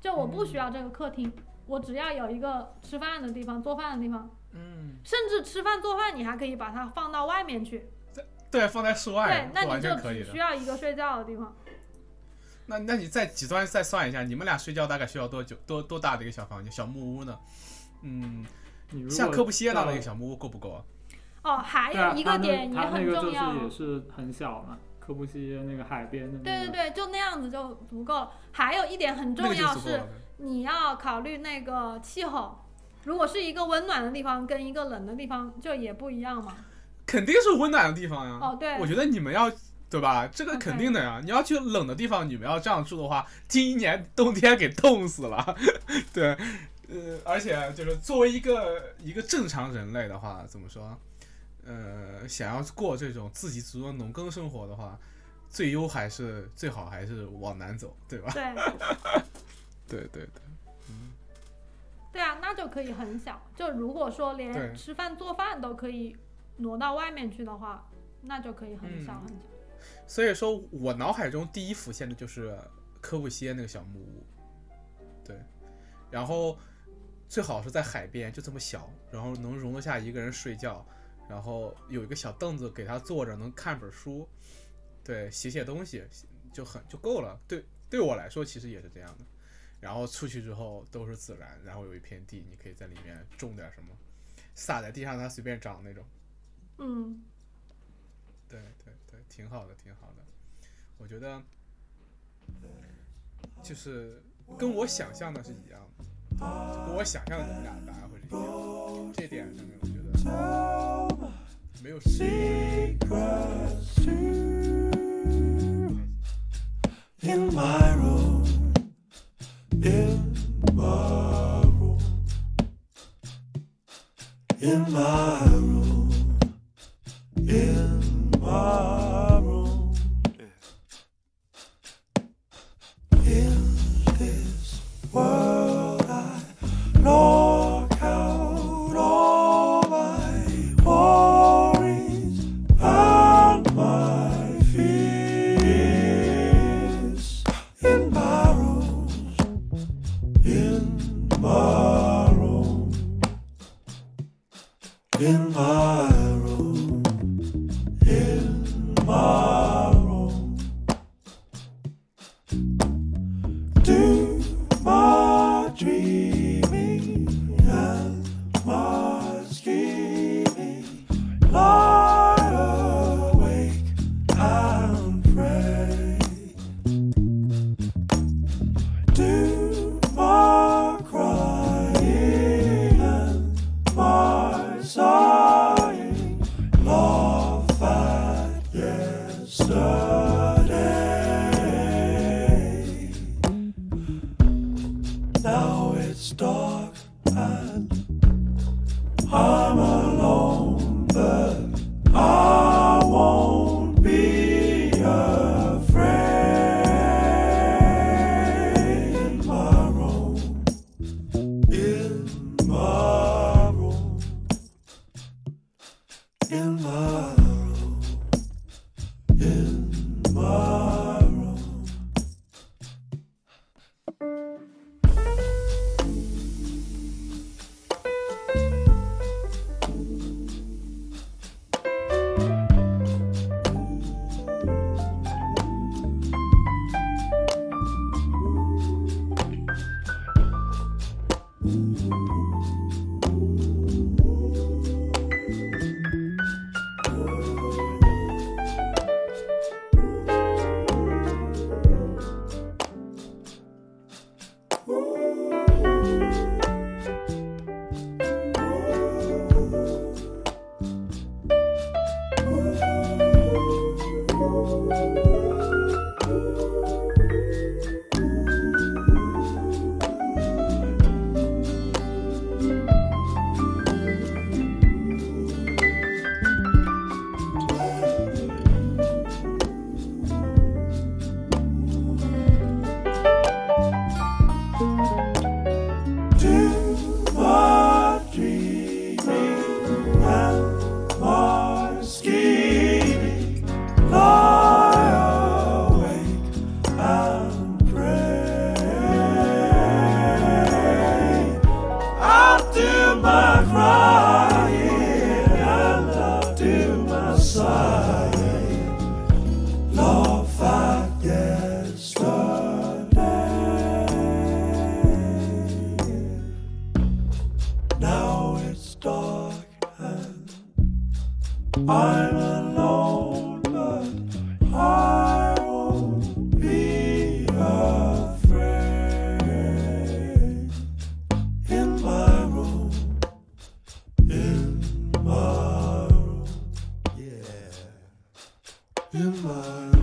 C: 就我不需要这个客厅，我只要有一个吃饭的地方、做饭的地方，
B: 嗯，
C: 甚至吃饭做饭你还可以把它放到外面去。
B: 对，放在室
C: 对
B: 外，
C: 那
B: 这完
C: 你就
B: 全可以
C: 只需
B: 的。
C: 要一个睡觉的地方。
B: 那那你再极端再算一下，你们俩睡觉大概需要多久多多大的一个小房间小木屋呢？嗯，
D: 你如果
B: 像科布西耶那
D: 到
B: 那个小木屋够不够啊？
C: 哦，还
D: 对啊
C: 有一个点也
D: 他那
C: 很重要
D: 他那
C: 哦
D: 个就。是也是很小嘛，科布西耶那个海边的、那个。
C: 对对对，就那样子就足够了。还有一点
B: 那
C: 很重
B: 个就
C: 要
B: 足够
C: 是
B: 了，。
C: 你要考虑那个气候，如果是一个温暖的地方跟一个冷的地方就也不一样嘛。
B: 肯定是温暖的地方呀。
C: 哦对
B: 我觉得你们要对吧？这个
C: OK
B: 肯定的呀。你要去冷的地方，你们要这样住的话，第一年冬天给冻死了。 *laughs* 对，呃，而且就是作为一个一个正常人类的话，怎么说？呃，想要过这种自给自足的农耕生活的话，最优还是最好还是往南走，对吧？
C: 对
B: 对对对，
C: 对啊，那就可以很小。就如果说
B: 对
C: 连吃饭做饭都可以挪到外面去的话，那就可以很小
B: 嗯
C: 很小。
B: 所以说我脑海中第一浮现的就是科布西耶那个小木屋，对，然后最好是在海边，就这么小，然后能容得下一个人睡觉，然后有一个小凳子给他坐着，能看本书，对，写写东西就很就够了。对，对我来说其实也是这样的。然后出去之后都是自然，然后有一片地，你可以在里面种点什么，撒在地上它随便长那种。
C: 嗯，
B: 对对对，挺好的，挺好的。我觉得就是跟我想象的是一样的，就跟我想象的你们俩的答案会是一样的。这点上面我觉得没有什么太开心。
E: in my room, in my room, in my room, in my room, in this world I knock out all my worries and my fears in my room, in in my room, in my room. To my dreaming and my scheming, lie awake and pray. I'll do my crying and I'll do my sighing. Love I yesterday. Now it's dark and I'm alone, but I won't be afraid. In my room, in my room, yeah. In my room.